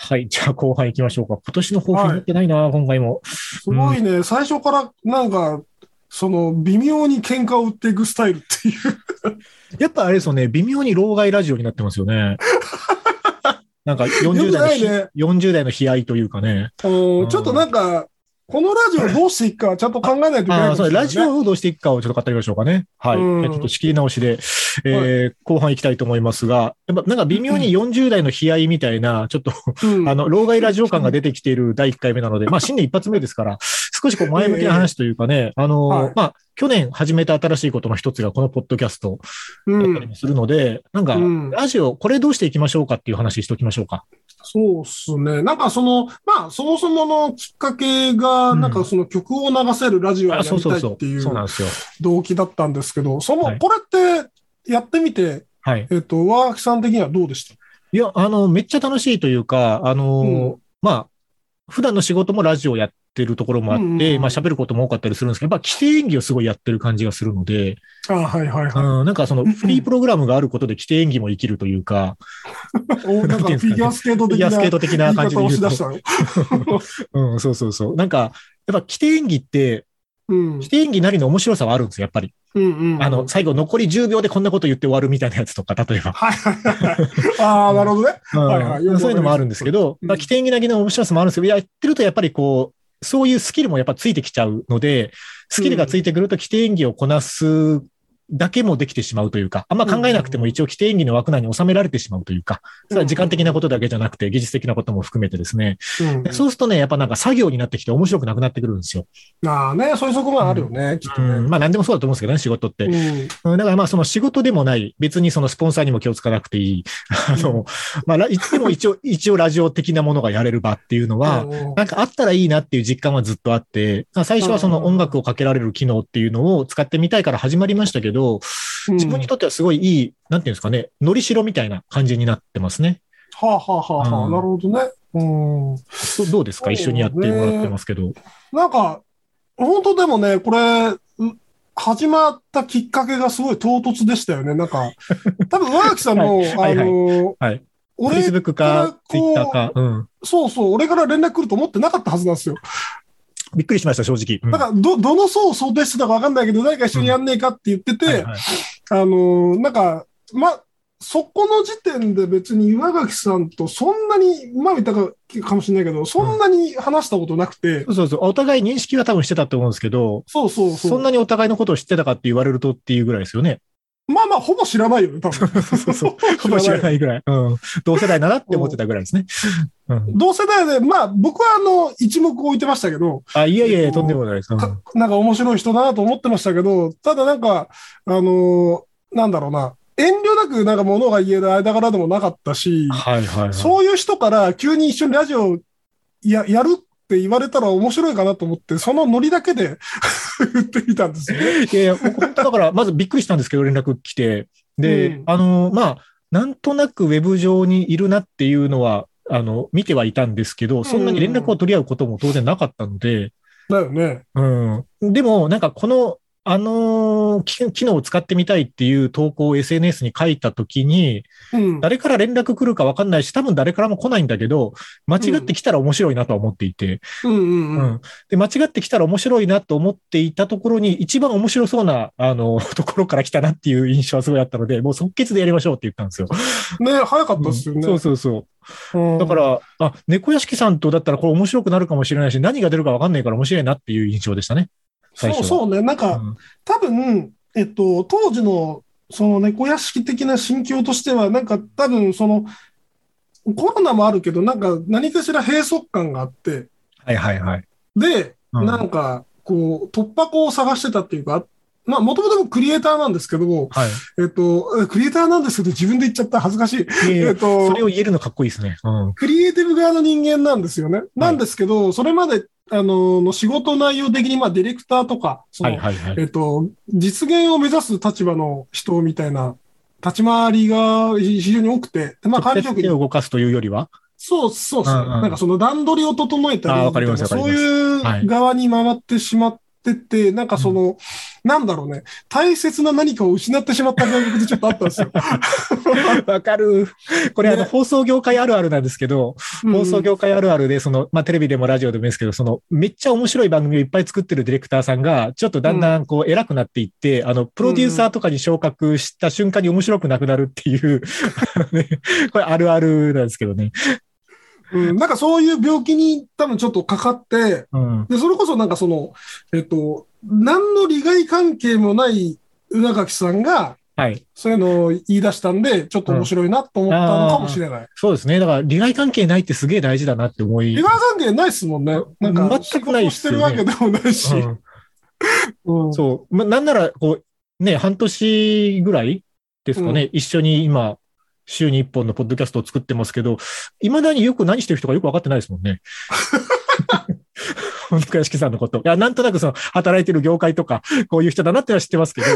S2: はい。じゃあ、後半行きましょうか。今年の抱負になってないな、今回も。
S3: すごいね、最初からなんか、その、微妙に喧嘩を売っていくスタイルっていう。
S2: やっぱあれですよね、微妙に老害ラジオになってますよね。 なんか
S3: よ
S2: 40
S3: くな
S2: 代
S3: い
S2: の、
S3: ね。
S2: 40代の悲哀というかね。
S3: うんちょっとなんか、このラジオどうしていくかちゃんと考えないといけない
S2: あ
S3: か
S2: あ、
S3: もし
S2: そ
S3: れ
S2: う、
S3: な
S2: ラ
S3: いね
S2: ジオをどうしていくかをちょっと語りましょうかね。はい。
S3: うん
S2: じゃあちょっと仕切り直しで、えー後半行きたいと思いますが、やっぱなんか微妙に40代の悲哀みたいな、ちょっと、
S3: うん
S2: あの、老害ラジオ感が出てきている第1回目なので、まあ、新年一発目ですから、少しこう前向きな話というかね、あの、
S3: はい
S2: まあ、去年始めた新しいことの一つがこのポッドキャスト
S3: う
S2: だったり
S3: ん
S2: もするので、なんか、
S3: うん
S2: ラジオ、これどうしていきましょうかっていう話しておきましょうか。
S3: そうっすね。なんかその、まあ、そもそものきっかけが、
S2: うん
S3: なんかその曲を流せるラジオをや
S2: あ、
S3: り
S2: そうそ
S3: た
S2: う
S3: い
S2: そ。
S3: っていうう
S2: そうなんですよ。
S3: 動機だったんですけど、そ
S2: は
S3: の、
S2: い
S3: これってやってみて、
S2: はい。
S3: えっと、上脇さん的にはどうでした
S2: いや、あの、めっちゃ楽しいというか、あの、
S3: うん
S2: まあ、普段の仕事もラジオやってるところもあって、
S3: うんうんうん
S2: まあ喋ることも多かったりするんですけど、やっぱ規定演技をすごいやってる感じがするので、
S3: あはいはいは
S2: うん、なんかそのフリープログラムがあることで規定演技も生きるというか、
S3: い。おなんかフィギュアスケート
S2: フィギュ
S3: 的な
S2: アスケー
S3: 言
S2: ト的ない感じ
S3: 方
S2: で
S3: を
S2: 言
S3: しだ
S2: う
S3: し
S2: と。
S3: たの。
S2: うん、そうそうそう。なんか、やっぱ、規定演技って、
S3: うん
S2: 規。定演技なりの面白さはあるんですよ、やっぱり。
S3: うんうん。
S2: あの、、最後残り10秒でこんなこと言って終わるみたいなやつとか、 例えば。
S3: はいはいはい。ああ、なるほどね。はいはい
S2: うんそういうのもあるんですけど、
S3: うん
S2: まあ、規定演技なりの面白さもあるんですけど、やってるとやっぱりこう、そういうスキルもやっぱついてきちゃうので、スキルがついてくると規定演技をこなすだけもできてしまうというか、あんま考えなくても一応規定演技の枠内に収められてしまうというか、 それは時間的なことだけじゃなくて、技術的なことも含めてですね。
S3: うん
S2: そうするとね、やっぱなんか作業になってきて面白くなくなってくるんですよ。
S3: ああね、そういう側面あるよね、きっと
S2: うん
S3: ね。
S2: まあ何でもそうだと思うんですけどね、仕事って。
S3: うん
S2: うんだからまあその仕事でもない、別にそのスポンサーにも気をつかなくていい、あの、まあラ、でも一 応、一応ラジオ的なものがやれる場っていうのは、
S3: うん
S2: なんかあったらいいなっていう実感はずっとあって、まあ最初はその音楽をかけられる機能っていうのを使ってみたいから始まりましたけど、自分にとってはすごいいい、なんていうんですかね、のりしろみたいな感じになってますね。
S3: はあはあはあはあ、
S2: うん
S3: なるほどね。うん。
S2: どどうですか一緒にやってもらってますけど。
S3: なんか、本当でもね、これ、う始まったきっかけがすごい唐突でしたよね。な んか、多分、上木さんも、
S2: はいはい
S3: あの、
S2: はい
S3: 俺、
S2: Facebook か
S3: これこう
S2: Twitter か、うん。
S3: そうそう、俺から連絡来ると思ってなかったはずなんですよ。
S2: びっくりしました、正直。うん
S3: だから、ど、どの層を想定してたかわかんないけど、誰か一緒にやんねえかって言ってて、
S2: はいはい
S3: あのーなんか、ま、そこの時点で別に岩垣さんとそんなに、まあ言ったかかもしれないけど、そんなに話したことなくて、
S2: そうそうそう。お互い認識は多分してたと思うんですけど、
S3: そうそうそう。
S2: そんなにお互いのことを知ってたかって言われるとっていうぐらいですよね。
S3: まあまあ、ほぼ知らないよね、多分。
S2: そうそう。ほぼ知らないぐらい。うん。同世代だなって思ってたぐらいですね。うん、
S3: 同世代で、まあ、僕はあの、一目置いてましたけど、
S2: あ、いやいやいや、とんでもないです。うん
S3: かなんか面白い人だなと思ってましたけど、ただなんか、あのーなんだろうな、遠慮なくなんか物が言える間柄でもなかったし、
S2: はいはい、はい。
S3: そういう人から急に一緒にラジオややるって言われたら面白いかなと思って、そのノリだけで 言ってみたんですよね。
S2: いやいや、僕本当だから、まずびっくりしたんですけど、連絡来て。で、
S3: うん
S2: あの、まあ、なんとなくウェブ上にいるなっていうのは、あの、見てはいたんですけど、そんなに連絡を取り合うことも当然なかったので、
S3: だよね。
S2: うん。でも、なんかこの、あのーき機能を使ってみたいっていう投稿を SNS に書いたときに、
S3: うん。
S2: 誰から連絡来るか分かんないし、多分誰からも来ないんだけど、間違ってきたら面白いなとは思っていて、
S3: うんうん
S2: う
S3: うん。
S2: ん。で、間違ってきたら面白いなと思っていたところに、一番面白そうな、あの、 ところから来たなっていう印象はすごいあったので、もう即決でやりましょうって言ったんですよ。
S3: ね、早かったですよね。
S2: そうそうそう。
S3: うん
S2: だか、ら、あ、猫屋敷さんとだったらこれ面白くなるかもしれないし、何が出るか分かんないから面白いなっていう印象でしたね。最初
S3: そう
S2: は
S3: そうね。なんか、
S2: うん
S3: 多分、えっと、当時の、その猫屋敷的な心境としては、なんか多分、その、コロナもあるけど、なんか何かしら閉塞感があって、
S2: はいはいはい。
S3: で、
S2: うん
S3: なんか、こう、突破口を探してたっていうか、まあ、もともとクリエイターなんですけど、
S2: はい。
S3: えっと、クリエイターなんですけど、自分で言っちゃった恥ずかしい。 えっと
S2: そ、れを言えるのかっこいいですね。うん。
S3: クリエイティブ側の人間なんですよね。なんですけど、それまで、あの、の仕事内容的に、まあ、ディレクターとか、その
S2: はいはいはい。
S3: えっと、実現を目指す立場の人みたいな、立ち回りが非非常に多くて、でまあ、管
S2: 直
S3: 理
S2: 接
S3: 職
S2: 手を
S3: に、
S2: 動かすというより は、
S3: そう、そうですね。
S2: うんうん
S3: なんかその段取りを整えた
S2: あ
S3: り
S2: ーわかります
S3: みたいな
S2: わかります
S3: そう
S2: は
S3: いう
S2: い
S3: 側に回ってしまってて、なんかその、なんだろうね、大切な何かを失ってしまった感覚でちょっとあったんで すよ。
S2: わかる。これ、あの、
S3: ね
S2: 放送業界あるあるなんですけど、放送業界あるあるで、その、まあ、テレビでもラジオでもいいですけど、その、めっちゃ面白い番組をいっぱい作ってるディレクターさんが、ちょっとだんだん、こう、偉くなっていって、あの、プロデューサーとかに昇格した瞬間に面白くなくなるっていう、 あのね、これあるあるなんですけどね。
S3: うん、うんなんかそういう病気に多分ちょっとかかって、
S2: うん。
S3: で、それこそなんかその、えっと、何の利害関係もない宇垣さんが、
S2: はい。
S3: そういうのを言い出したんで、ちょっと面白いなと思ったのかもしれない。
S2: そうですね。だから、利害関係ないってすげえ大事だなって思い。
S3: 意外関係ないっすもんね。なんか、
S2: 全くないっ
S3: 仕事し
S2: す
S3: て
S2: よ
S3: る
S2: ね
S3: わけでもないし。
S2: うん
S3: うん
S2: そう。ま、なんなら、こう、ね、半年ぐらいですかね、一緒に今、週に一本のポッドキャストを作ってますけど、いまだによく何してる人かよく分かってないですもん ね。本当屋敷さんのこと。いや、なんとなくその、働いてる業界とか、こういう人だなってのは知ってますけど、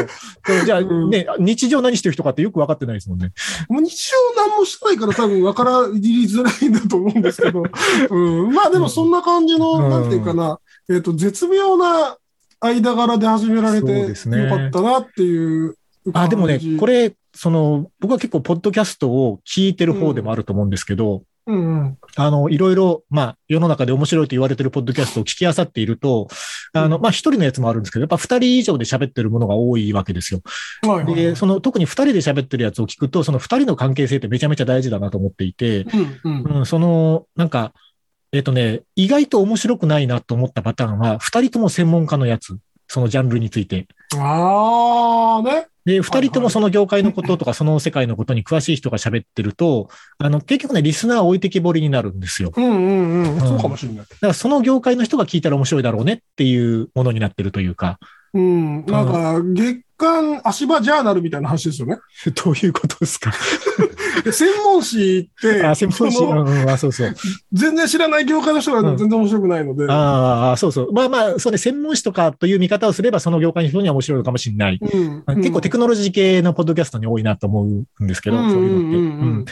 S2: でもじゃあ
S3: うん
S2: ね、日常何してる人かってよく分かってないですもんね。
S3: もう日常何もしてないから多分分からりづらいんだと思うんです けど。うん、まあでもそんな感じの、
S2: うん
S3: なんていうかな、えっ、と、絶妙な間柄で始められて
S2: そう
S3: よ
S2: ですね
S3: かったなっていう感じ。
S2: あ、でもね、これ、その、僕は結構、ポッドキャストを聞いてる方でもあると思うんですけど、
S3: うんうん。
S2: あの、いろいろ、まあ、世の中で面白いと言われてるポッドキャストを聞きあさっていると、あの、まあ、一人のやつもあるんですけど、やっぱ二人以上で喋ってるものが多いわけですよ。
S3: はいはい、
S2: で、その、特に二人で喋ってるやつを聞くと、その二人の関係性ってめちゃめちゃ大事だなと思っていて、
S3: うんうん。
S2: うん、その、なんか、えっとね、意外と面白くないなと思ったパターンは、二人とも専門家のやつ、そのジャンルについて。
S3: ああ、ね。
S2: で、二人ともその業界のこと とか、その世界のことに詳しい人が喋ってると、あの、結局ね、リスナー置いてきぼりになるんですよ。
S3: うんうんうん。
S2: ん
S3: そうかもしれない。
S2: だからその業界の人が聞いたら面白いだろうねっていうものになってるというか。
S3: うん。なんか、月刊足場ジャーナルみたいな話ですよね。
S2: どういうことですか
S3: で専門誌って、
S2: あ、専門誌、
S3: その
S2: うんうんあ、 そうそう。
S3: 全然知らない業界の人が
S2: うん
S3: 全然面白くないので。
S2: ああ、そうそう。まあまあ、そうね、専門誌とかという見方をすれば、その業界の人には面白いのかもしれない。
S3: うん
S2: 結構テクノロジー系のポッドキャストに多いなと思うんですけど、
S3: うん
S2: そういうのって。
S3: うんうんうん
S2: うん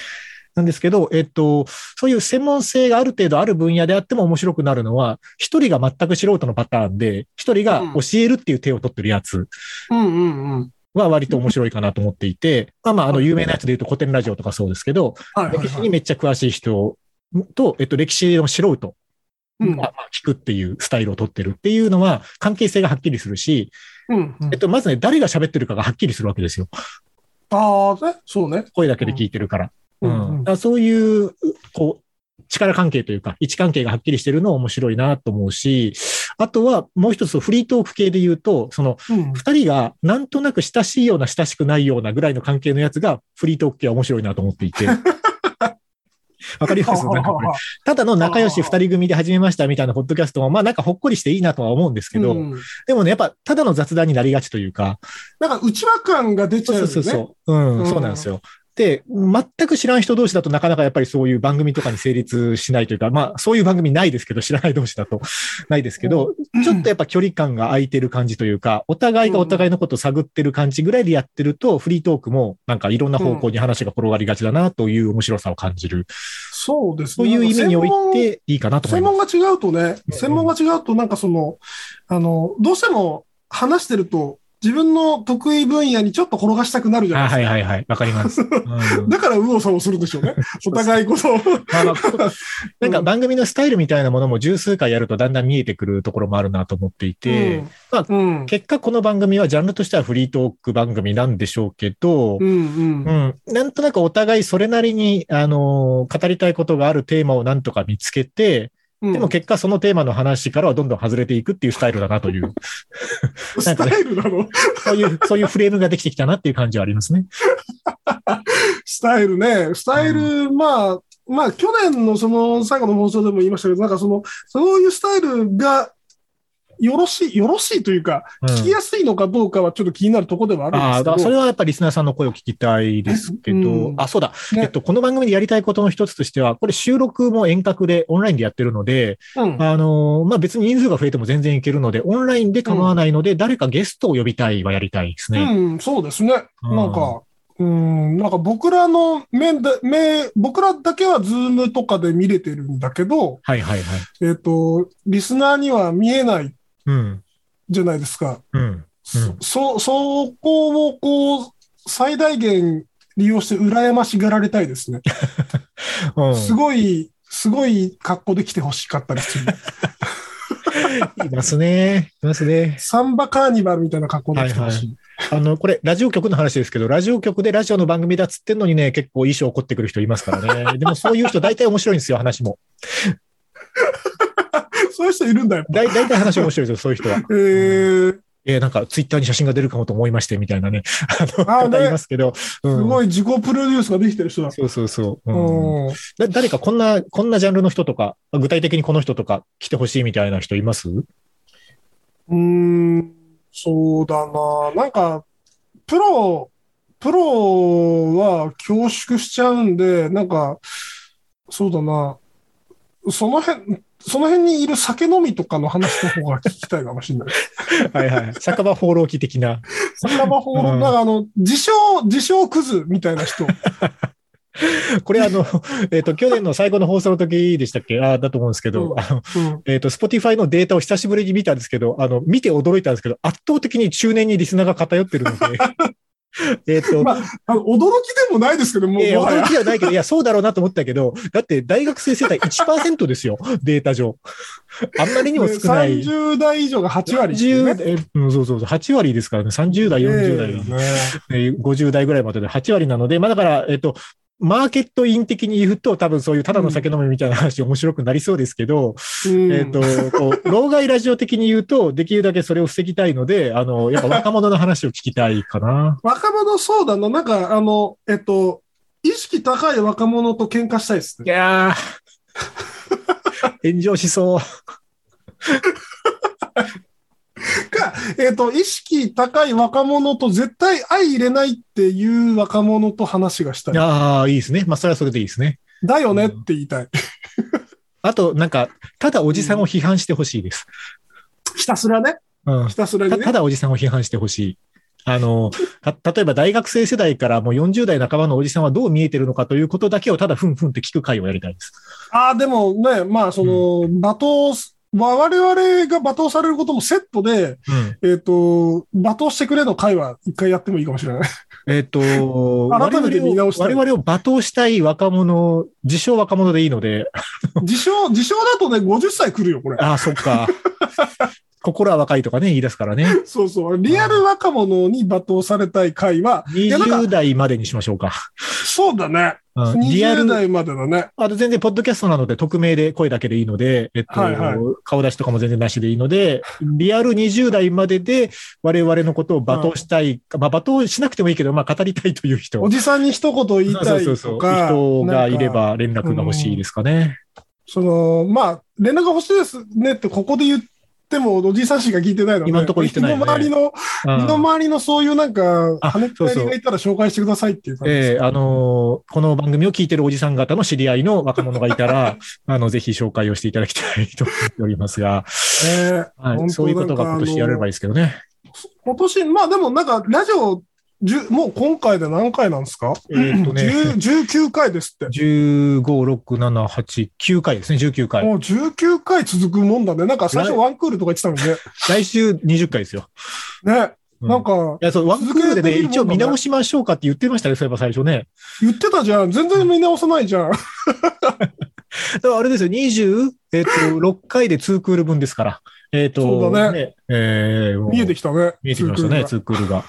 S2: なんですけど、えっと、そういう専門性がある程度ある分野であっても面白くなるのは、一人が全く素人のパターンで、一人が教えるっていう手を取ってるやつ。
S3: うんうんうん。
S2: は割と面白いかなと思っていて、まあまあ、あの、有名なやつで言うと古典ラジオとかそうですけど、
S3: はいはい
S2: 歴史
S3: は
S2: に
S3: い。
S2: めっちゃ詳しい人と、えっと、歴史の素人
S3: うん
S2: が聞くっていうスタイルを取ってるっていうのは、関係性がはっきりするし、
S3: うんうん
S2: えっと、まずね、誰が喋ってるかがはっきりするわけですよ。
S3: ああ、ね、そうね。
S2: 声だけで聞いてるから。
S3: う
S2: うん
S3: うん
S2: ん。だからそういう、こう、力関係というか、位置関係がはっきりしてるのは面白いなと思うし、あとはもう一つフリートーク系で言うと、その
S3: うん。
S2: 二人がなんとなく親しいような親しくないようなぐらいの関係のやつがフリートーク系は面白いなと思っていて。わかりますなんかこれただの仲良し二人組で始めましたみたいなポッドキャストも、まあなんかほっこりしていいなとは思うんですけど、
S3: うん
S2: でもね、やっぱただの雑談になりがちというか、
S3: なんか、内輪感が出ち
S2: そ
S3: ゃ
S2: う
S3: う
S2: そう
S3: よね。
S2: そうそう、うん、
S3: うん
S2: そうなんですよ。で、全く知らん人同士だとなかなかやっぱりそういう番組とかに成立しないというか、まあそういう番組ないですけど、知らない同士だとないですけど、ちょっとやっぱ距離感が空いてる感じというか、お互いがお互いのことを探ってる感じぐらいでやってると、フリートークもなんかいろんな方向に話が転がりがちだなという面白さを感じる。
S3: そうです
S2: そ
S3: ね。
S2: ういう意味におい
S3: なんか
S2: ていいかなと思い
S3: 専
S2: ます。
S3: 門、専門が違うとね、
S2: ん
S3: 専門が違うと、なんかその、あの、どうしても話してると、自分の得意分野にちょっと転がしたくなるじゃない
S2: あ
S3: ですか。
S2: はいはいはい。わかり ます。うん
S3: だから、右往左往するんでし ょうね。お互いこそ。
S2: まあまあこなんか番組のスタイルみたいなものも十数回やるとだんだん見えてくるところもあるなと思っていて、
S3: うん
S2: まあ
S3: うん。
S2: 結果この番組はジャンルとしてはフリートーク番組なんでしょうけど、
S3: う
S2: うん
S3: うん。
S2: なんとなくお互いそれなりに、あのー語りたいことがあるテーマをなんとか見つけて、
S3: うん
S2: でも結果そのテーマの話からはどんどん外れていくっていうスタイルだなと いう、な
S3: ス
S2: んか
S3: タ
S2: ね
S3: イルなの
S2: そういう、そういうフレームができてきたなっていう感じはありますね。
S3: スタイルね、スタイル、まあ、まあ、去年のその最後の放送でも言いましたけど、なんかその、そういうスタイルが、よろしい、よろしいというか、
S2: うん
S3: 聞きやすいのかどうかはちょっと気になるところでは
S2: あ
S3: あ
S2: あ、
S3: るん
S2: だそ
S3: ですけ
S2: れ
S3: ど。
S2: はやっぱりリスナーさんの声を聞きたいですけど、
S3: うん
S2: あ、そうだ、
S3: ね
S2: えっと、この番組でやりたいことの一つとしては、これ収録も遠隔でオンラインでやってるので、
S3: うん
S2: あのーまあ、別に人数が増えても全然いけるので、オンラインで構わないので、誰かゲストを呼びたいはやりたいですね。
S3: うん、そうですね。
S2: うん
S3: なんか、うん、なんか僕らの面だ、面、僕らだけはズームとかで見れてるんだけど、
S2: はいはいはい。
S3: えっ、と、リスナーには見えない
S2: うん。
S3: じゃないですか。
S2: うん。
S3: そそ、そこをこう、最大限利用して羨ましがられたいですね。
S2: うん、
S3: すごい、すごい格好で来てほしかったりする。
S2: いますね。いますね。
S3: サンバカーニバルみたいな格好で来てほしい。
S2: あの、これ、ラジオ局の話ですけど、ラジオ局でラジオの番組だっつってんのにね、結構衣装怒ってくる人いますからね。でもそういう人大体面白いんですよ、話も。
S3: そういう人いるんだよ。
S2: だい大体話面白いですよ、そういう人は。
S3: えー、
S2: えーなんか、ツイッターに写真が出るかもと思いまして、みたいなね。あの、
S3: あね
S2: 方いますけど。す
S3: す
S2: い。
S3: ごい自己プロデュースができてる人だ。
S2: そうそうそう。うん
S3: うん
S2: だ誰かこんな、こんなジャンルの人とか、具体的にこの人とか来てほしいみたいな人います
S3: うーん、そうだな。なんか、プロ、プロは恐縮しちゃうんで、なんか、そうだな。その辺、その辺にいる酒飲みとかの話の方が聞きたいかもしれない。
S2: はいはい。酒場放浪記的な。
S3: 酒場放浪、
S2: うん
S3: なんかあの、自称、自称クズみたいな人。
S2: これあの、えっ、と、去年の最後の放送の時でしたっけああ、だと思うんですけど、
S3: うん
S2: あの、
S3: うん
S2: えっ、と、Spotify のデータを久しぶりに見たんですけど、あの、見て驚いたんですけど、圧倒的に中年にリスナーが偏ってるの で、えっと、
S3: まあの驚きでもないですけど、もう、
S2: えー
S3: もはや
S2: 驚きではないけど、いや、そうだろうなと思ったけど、だって大学生世代1%ですよ、データ上。あんまりにも少ない。
S3: 30代以上が8割っていうね、
S2: 30えうんそうそうそう、8割ですからね、30代、40代、
S3: ね
S2: えー50代ぐらいまでで8割なので、まあだから、えっと、マーケットイン的に言うと、多分そういうただの酒飲みみたいな話面白くなりそうですけど、
S3: うん
S2: えっと、こう、 老害ラジオ的に言うと、できるだけそれを防ぎたいので、あの、やっぱ若者の話を聞きたいかな。
S3: 若者そうだな、なんか、あの、えっと、意識高い若者と喧嘩したいです
S2: い
S3: ね。
S2: やー、 炎上しそう。
S3: か、えっと、意識高い若者と絶対相入れないっていう若者と話がしたい。
S2: ああ、いいですね。まあ、それはそれでいいですね。
S3: だよねって言いたい。
S2: あと、なんか、ただおじさんを批判してほしいです。
S3: ひたすらね。
S2: うん。
S3: ひたすらに
S2: たた
S3: ね。
S2: だおじさんを批判してほしい。あの、た例えば大学生世代からもう40代半ばのおじさんはどう見えてるのかということだけをただふんふんって聞く会をやりたいです。
S3: ああ、でもね、まあ、その、罵倒す、まあ我々が罵倒されることもセットで、
S2: うん。
S3: えっ、と、罵倒してくれの会は一回やってもいいかもしれ ない。
S2: えっ、と、
S3: 改めて見直したい
S2: 我々を我々を罵倒したい若者、自称若者でいいので、
S3: 自称、自称だとね、50歳来るよ、これ。
S2: ああ、そっ か。心は若いとかね、言い出すからね。
S3: そうそう。リアル若者に罵倒されたい会は、いや、なんか
S2: 20代までにしましょうか。
S3: そうだね。
S2: うん、リア
S3: 20
S2: ル
S3: 代までだね。
S2: あと全然、ポッドキャストなので、匿名で声だけでいいので、えっと、
S3: はいはい
S2: 顔出しとかも全然なしでいいの で、リアル20代までで、我々のことを罵倒したい、まあ、罵倒しなくてもいいけど、まあ、語りたいという人
S3: お、じさんに一言言い
S2: そ
S3: た
S2: う
S3: い
S2: そうそう
S3: とか、
S2: 人がいれ
S3: なんか。
S2: ば連絡が欲しいですかね。
S3: その、まあ、連絡欲しいですねってここで言っても、おじさんしか聞いてないので、
S2: 今んとこ言ってないよね
S3: 身の回りの、身の
S2: うん
S3: 回りのそういうなんか、
S2: あ
S3: 跳ねっ返りがいたら紹介してくださいっていう感じです
S2: ええあのーこの番組を聞いてるおじさん方の知り合いの若者がいた ら、あの、ぜひ紹介をしていただきたいと思っておりますが、
S3: ね
S2: は
S3: 本
S2: い、
S3: 当
S2: そういうことが今年やれればいいですけどね。
S3: 今年、まあでもなんか、ラジオ、じゅもう今回で何回なんですか
S2: えーっとね
S3: 10 19回ですって。
S2: 15、6、7、8、9回ですね、19回。
S3: もう19回続くもんだね。なんか最初
S2: 来
S3: ワンクールとか言ってたのにね。
S2: 来週20回ですよ。
S3: ね。
S2: うん
S3: なんか
S2: い、や、そう、ワンクールでね、
S3: 続けてみるもんだね
S2: 一応見直しましょうかって言ってましたね、そういえば最初ね。
S3: 言ってたじゃん。全然見直さないじゃん。
S2: だからあれですよ、20、えっ、と、6回で2クール分ですから。えっ、と、
S3: そうだね
S2: えーもう
S3: 見えてきたね。
S2: 見えてきましたね、
S3: ツークール
S2: 2クールが。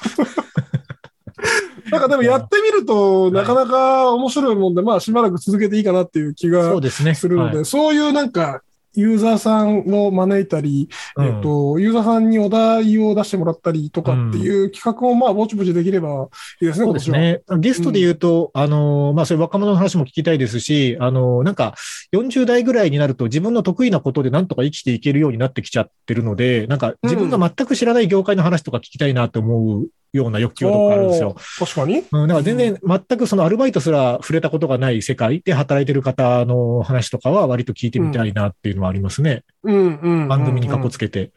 S3: がなんかでもやってみると、なかなか面白いもんで、まあしばらく続けていいかなっていう気
S2: そ
S3: が
S2: うですね。
S3: するので、
S2: はい
S3: そういうなんか、ユーザーさんを招いたり、
S2: うん
S3: えっと、ユーザーさんにお題を出してもらったりとかっていう企画を、まあ、ぼちぼちできればいいですね、
S2: そうですね。ゲストで言うと、あの、まあ、そういう若者の話も聞きたいですし、あの、なんか、40代ぐらいになると自分の得意なことでなんとか生きていけるようになってきちゃってるので、なんか、自分が全く知らない業界の話とか聞きたいなと思うような欲求とかあるんですよ。
S3: おー確かに。
S2: うん、なんか全然、全くそのアルバイトすら触れたことがない世界で働いてる方の話とかは割と聞いてみたいなっていうのはありますね。
S3: うんうん。
S2: 番組にかこ
S3: つ
S2: つけて。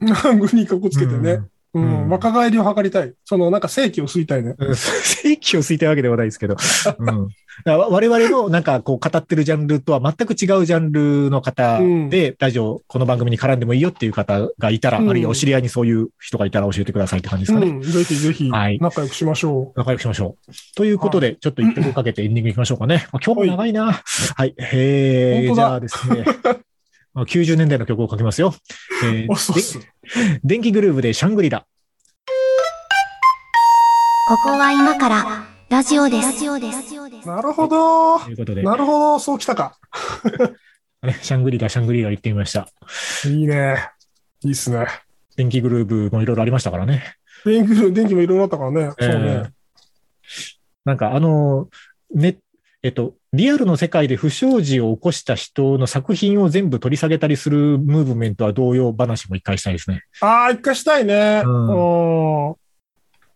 S3: け。番組にかこつけてね。う
S2: うん
S3: ん。若返りを図りたい。その、なんか正気を吸いたい ね。
S2: うん正規をついたいわけではない ですけど、うん、だから我々のなんかこう語ってるジャンルとは全く違うジャンルの方で、ラジオ、この番組に絡んでもいいよっていう方がいたら、
S3: うん
S2: あるいはお知り合いにそういう人がいたら教えてくださいって感じです
S3: う
S2: かね。
S3: ん。ぜひぜひ、
S2: はい
S3: 仲良くしましょ
S2: 仲良くしましょう。ということで、ちょっと一曲かけてエンディングいきましょうかね。まあ今日も長いな。はい。えー、
S3: 本当
S2: じ
S3: だ
S2: ゃあですね。 まあ90年代の曲をかけますよ。え
S3: う。あ、そうっ
S2: ー
S3: す。
S2: で電気グルーヴでシャングリラ。
S1: ここは今からラジオです。ラジオです。
S3: なるほど。
S2: ということで、
S3: なるほど。そうきたか。
S2: ねシャングリラ、シャングリラ言ってみました。
S3: いいね。いいっすね。
S2: 電気グルーヴもいろいろありましたからね。
S3: 電気、電気もいろいろあったからね。そ
S2: え
S3: うね
S2: ー。なんかあの、ね、えっと、リアルの世界で不祥事を起こした人の作品を全部取り下げたりするムーブメントは同様話も一回したいですね。
S3: ああ、一回したいね。
S2: う
S3: うんん。ほ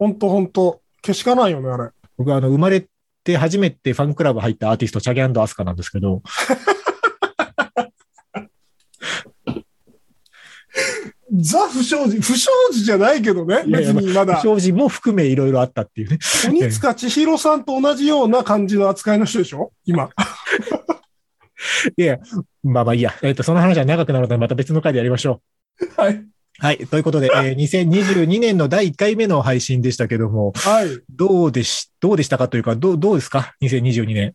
S3: んとほんと。けしかないよね、あれ。
S2: 僕はあの、生まれて初めてファンクラブ入ったアーティスト、チャゲアスカなんですけど、
S3: ザ不祥事、不祥事じゃないけどね。
S2: いやいや
S3: 別にま
S2: 不
S3: だ。
S2: 祥事も含めいろいろあったっていうね。
S3: 鬼塚千尋さんと同じような感じの扱いの人でしょ今。
S2: まあまあいいや。えっと、その話は長くなるので、また別の回でやりましょ
S3: はい。
S2: う。 はい。ということで、えー2022年の第1回目の配信でしたけども、
S3: はい。
S2: どうでし、どうでしたかというか、どう、どうですか ?2022 年。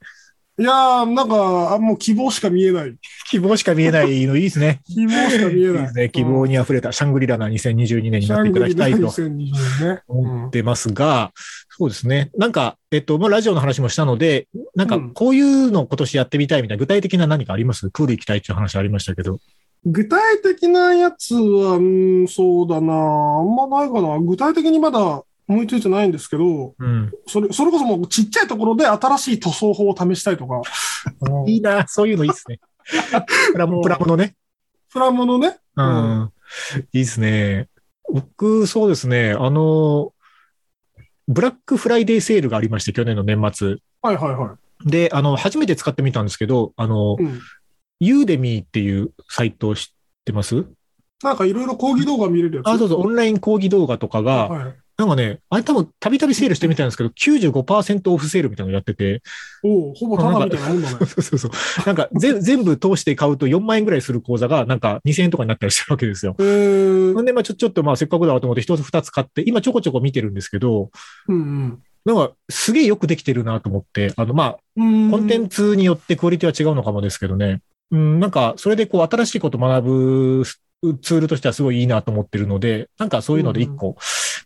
S3: いやー、なんか、あもう希望しか見えない。
S2: 希望しか見えないのいいですね。
S3: 希望しか見え
S2: いい
S3: ない。
S2: ですね。希望
S3: に
S2: に溢れたシャングリラな2022年に
S3: シ
S2: なっ
S3: ャ
S2: て
S3: ン
S2: いた
S3: グ
S2: だ
S3: リ
S2: きた
S3: ラ
S2: いと
S3: 2020ね。う
S2: 思
S3: ん
S2: ってますが、そうですね。なんか、えっと、まあ、ラジオの話もしたので、なんか
S3: うん、
S2: こういうのを今年やってみたいみたいな、具体的な何かありますクール行きたいっていう話ありましたけど。
S3: 具体的なやつは、うん、そうだな。あんまないかな。具体的にまだ思いついてないんですけど、
S2: うん。
S3: それ、それこそもうちっちゃいところで新しい塗装法を試したいとか、うん
S2: いいな、そういうのいいです ね。プラモ、プラモのね。
S3: プラモのね、
S2: う
S3: うん
S2: ん。いいですね。僕、そうですね。あの、ブラックフライデーセールがありまして、去年の年末。
S3: はいはいは
S2: で、あの、初めて使ってみたんですけど、あの、
S3: い。うん。
S2: ユーデミーっていうサイトを知ってます
S3: なんかいろいろ講義動画見れるやつ。
S2: あ、そうそう、オンライン講義動画とかが、
S3: はい。
S2: なんかね、あれ多分たびたびセールしてみたんですけど、95%オフセールみたいなのやってて、
S3: おうほぼタダみたいなもんだね。
S2: そうそうそう。なんか ぜ全部通して買うと4万円ぐらいする講座が、なんか2000円とかになったりしてるわけですよ。
S3: えー
S2: ほんで、まあちょ、ちょっとまあせっかくだと思って一つ二つ買って、今ちょこちょこ見てるんですけど、
S3: うん
S2: なんかすげえよくできてるなと思って、あの、まあ
S3: うん。
S2: コンテンツによってクオリティは違うのかもですけどね。うん、なんか、それでこう、新しいこと学ぶツールとしてはすごいいいなと思ってるので、なんかそういうので一個、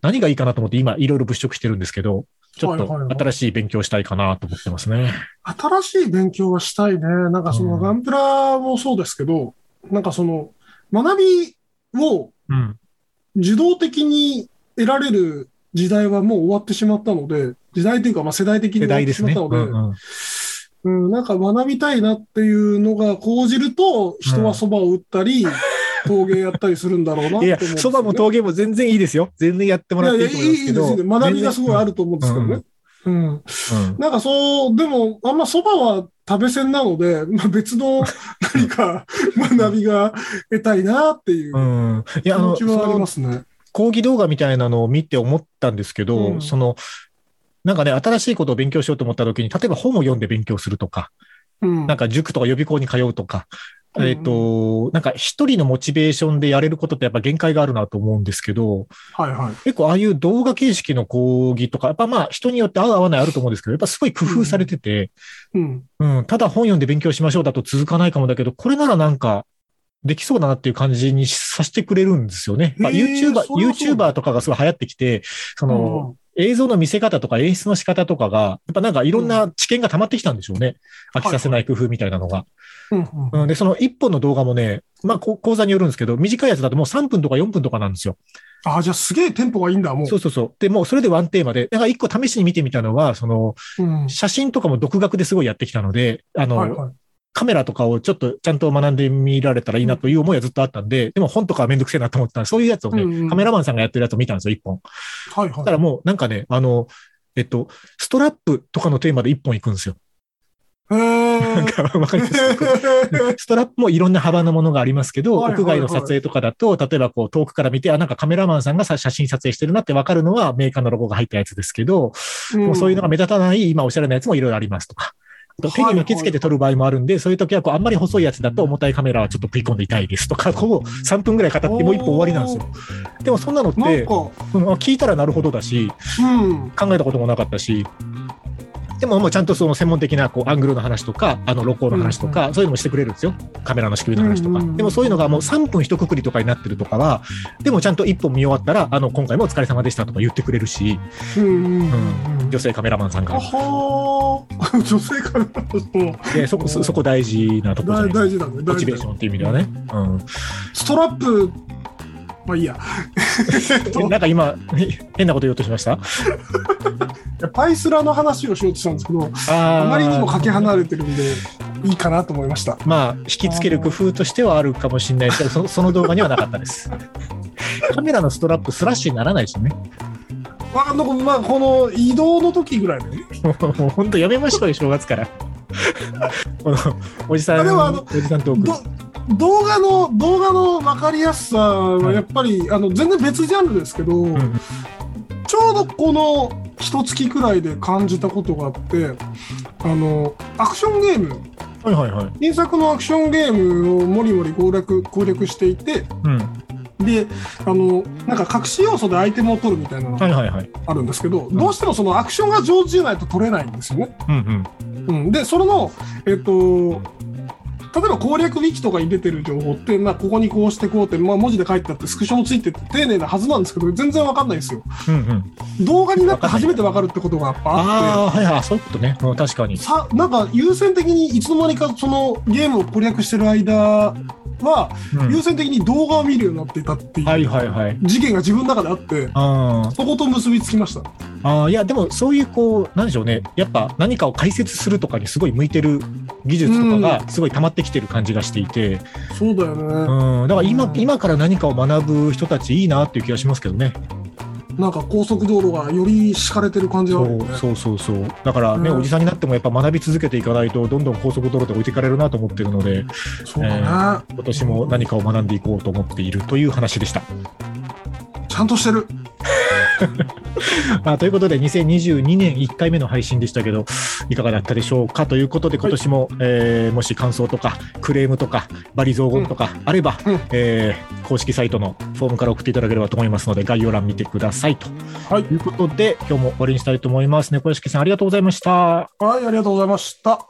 S2: 何がいいかなと思って今、いろいろ物色してるんですけど、ちょっと
S3: はいはいはい
S2: 新しい勉強したいかなと思ってますね。
S3: 新しい勉強はしたいね。なんかそうの
S2: ん
S3: ガンプラもそうですけど、なんかその学びを
S2: うん。
S3: 受動的に得られる時代はもう終わってしまったので、時代というかまあ世代的に
S2: 世
S3: 終わっ
S2: 代
S3: て
S2: で
S3: し
S2: す
S3: まっ
S2: ね。
S3: たので、
S2: うんうん
S3: うん、なんか学びたいなっていうのが講じると、人はそばを打っ たり、陶芸やったりするんだろうなって思うん
S2: い
S3: で
S2: や
S3: すよ、ね。
S2: そばも陶芸も全然いいですよ。全然やってもらっ
S3: い
S2: てい
S3: や
S2: いと
S3: いや、
S2: 思いますけど。
S3: いいいいですね。学びがすごいあ
S2: る。
S3: ると思うんですけどね。うん。
S2: うん
S3: なんかそう、でも、あんまそばは食べ銭なので、まあ、別の何か学びが得たいなっていう
S2: うん。
S3: 気
S2: いや、あ
S3: 持
S2: の、
S3: ち
S2: そ
S3: はあり
S2: の
S3: ますね。
S2: 講義動画みたいなのを見て思ったんですけど、
S3: うん
S2: その、なんかね、新しいことを勉強しようと思った時に、例えば本を読んで勉強するとか、
S3: うん。
S2: なんか塾とか予備校に通うとか、
S3: うん
S2: えっ、と、なんか一人のモチベーションでやれることってやっぱ限界があるなと思うんですけど、
S3: はいはい。
S2: 結構ああいう動画形式の講義とか、やっぱまあ人によって合う合わないあると思うんですけど、やっぱすごい工夫されてて、
S3: うん。
S2: うん、ただ本読んで勉強しましょうだと続かないかもだけど、これならなんか、できそうだなっていう感じにさせてくれるんですよね。まあ、
S3: へー
S2: YouTuber、
S3: それはそうだ
S2: YouTuber とかがすごい流行ってきて、その、
S3: うん
S2: 映像の見せ方とか演出の仕方とかが、やっぱなんかいろんな知見が溜まってきたんでしょうね。飽きさせない工夫みたいなのが。
S3: うんうん
S2: うん、で、その1本の動画もね、まあ、こ講座によるんですけど、短いやつだともう3分とか4分とかなんですよ。
S3: ああ、じゃあすげえテンポがいいんだ、もう。
S2: そうそうそう。で、もうそれでワンテーマで、だから1個試しに見てみたのは、その、
S3: うん
S2: 写真とかも独学ですごいやってきたので、あの、
S3: はいはい
S2: カメラとかをちょっとちゃんと学んでみられたらいいなという思いはずっとあったんで、でも本とかはめんどくせえなと思ってたんで、そういうやつをね、
S3: うんうん
S2: カメラマンさんがやってるやつを見たんですよ、1本。
S3: はい
S2: だか
S3: は
S2: らもうなんかね、あの、えっと、ストラップとかのテーマで1本いくんですよ。
S3: い。へ
S2: なん
S3: え。
S2: か、わかります ストラップもいろんな幅のものがありますけど、
S3: はいはい
S2: 屋
S3: はい
S2: 外の撮影とかだと、例えばこう遠くから見て、あ、なんかカメラマンさんがさ写真撮影してるなってわかるのはメーカーのロゴが入ったやつですけど、もう そういうのが目立たない今おしゃれなやつもいろいろありますとか。あと手に巻きつけて撮る場合もあるんで、そういう時はこうあんまり細いやつだと重たいカメラはちょっと食い込んで痛いですとか、こう3分ぐらい語ってもう1本終わりなんですよ。でもそんなのっ
S3: うんなん
S2: て
S3: か、、
S2: うんあ聞いたらなるほどだし、
S3: うん。
S2: 考えたこともなかったし、でももうちゃんとその専門的なこうアングルの話とか、あの露光の話とか、そういうのもしてくれるんですよ、カメラの仕組みの話とか。
S3: うんうんうん
S2: でもそういうのがもう3分一括りとかになってるとかは、でもちゃんと1本見終わったら、あの今回もお疲れ様でしたとか言ってくれるし、
S3: うんうんうん。
S2: 女性カメラマンさん
S3: あ
S2: が。
S3: はー 女性からの
S2: でそこそそこ大事なところじゃな
S3: 大
S2: いですか
S3: 大事だね。
S2: モ
S3: 大
S2: チ
S3: 事
S2: ベー
S3: だ
S2: シ
S3: ね
S2: ョンっていう意味ではね。うん
S3: ストラップ、まあいいや。えっと
S2: えなんか今、 変なこと言おうとしました
S3: パイスラの話をしようとしたんですけど、
S2: あ
S3: あ
S2: ー
S3: まりにもかけ離れてるんで、いいかなと思いました。
S2: まあ、引きつける工夫としてはあるかもしれないですけど、そその動画にはなかったです。 カメラのストラップスラッシュにならないしね。
S3: まあ、なんかまあ、この移動の時ぐらいだね。
S2: もうもう本当やめましょうよ、正月から。 このおじさ
S3: あ
S2: ん、
S3: でもあの
S2: おじさんトーク。
S3: ど動画の動画の分かりやすさはやっぱり、あの全然別ジャンルですけど、
S2: ん
S3: ちょうどこの一月くらいで感じたことがあってあのアクションゲーム
S2: はいはいはい。
S3: 新作のアクションゲームをもりもり攻略攻略していて
S2: うん。
S3: であのなんか隠し要素でアイテムを取るみたいなの
S2: は
S3: が
S2: いはいはい。
S3: あるんですけど、どうしてもそのアクションが上手じゃないと取れないんですよね。
S2: うんうん。
S3: うん、でそれの、えっと、例えば攻略ウィキとかに出てる情報って、まあ、ここにこうしてこうって、まあ、文字で書いてあってスクショもついてて丁寧なはずなんですけど全然わかんないんですよ
S2: うんうん、
S3: 動画になって初めてわかるってことがやっぱあって
S2: ああー、はいはい、そういうことね。うん確かに。
S3: さなんか優先的にいつの間にかそのゲームを攻略してる間は、
S2: うん
S3: 優先的に動画を見るようになっていたってい
S2: はいうはいはい。
S3: 事件が自分の中であって
S2: あー
S3: そこと結びつきました
S2: あー、いや、でもそういう、こう、なんでしょうね。やっぱ何かを解説するとかにすごい向いてる技術とかが、すごい溜まってきてる感じがしていて。
S3: そうだよね、
S2: うん、だから今,、
S3: うん
S2: 今から何かを学ぶ人たちいいなっていう気がしますけどね。
S3: なんか高速道路がより敷かれてる感じが
S2: そ
S3: あるよ
S2: う
S3: ね
S2: そうそうそう。だからね、
S3: うん
S2: おじさんになってもやっぱ学び続けていかないと、どんどん高速道路で置いていかれるなと思ってるので、
S3: そうだね、
S2: 今年も何かを学んでいこうと思っているという話でした。
S3: ちゃんとしてる
S2: まあ、ということで、2022年1回目の配信でしたけど、いかがだったでしょうかということで、今年も、えーもし感想とか、クレームとか、バリ雑言とかあれば、
S3: うん
S2: えー公式サイトのフォームから送っていただければと思いますので、概要欄見てくださいと。
S3: はい
S2: ということで、今日も終わりにしたいと思います。猫屋敷さん、ありがとうございました。
S3: はい、ありがとうございました。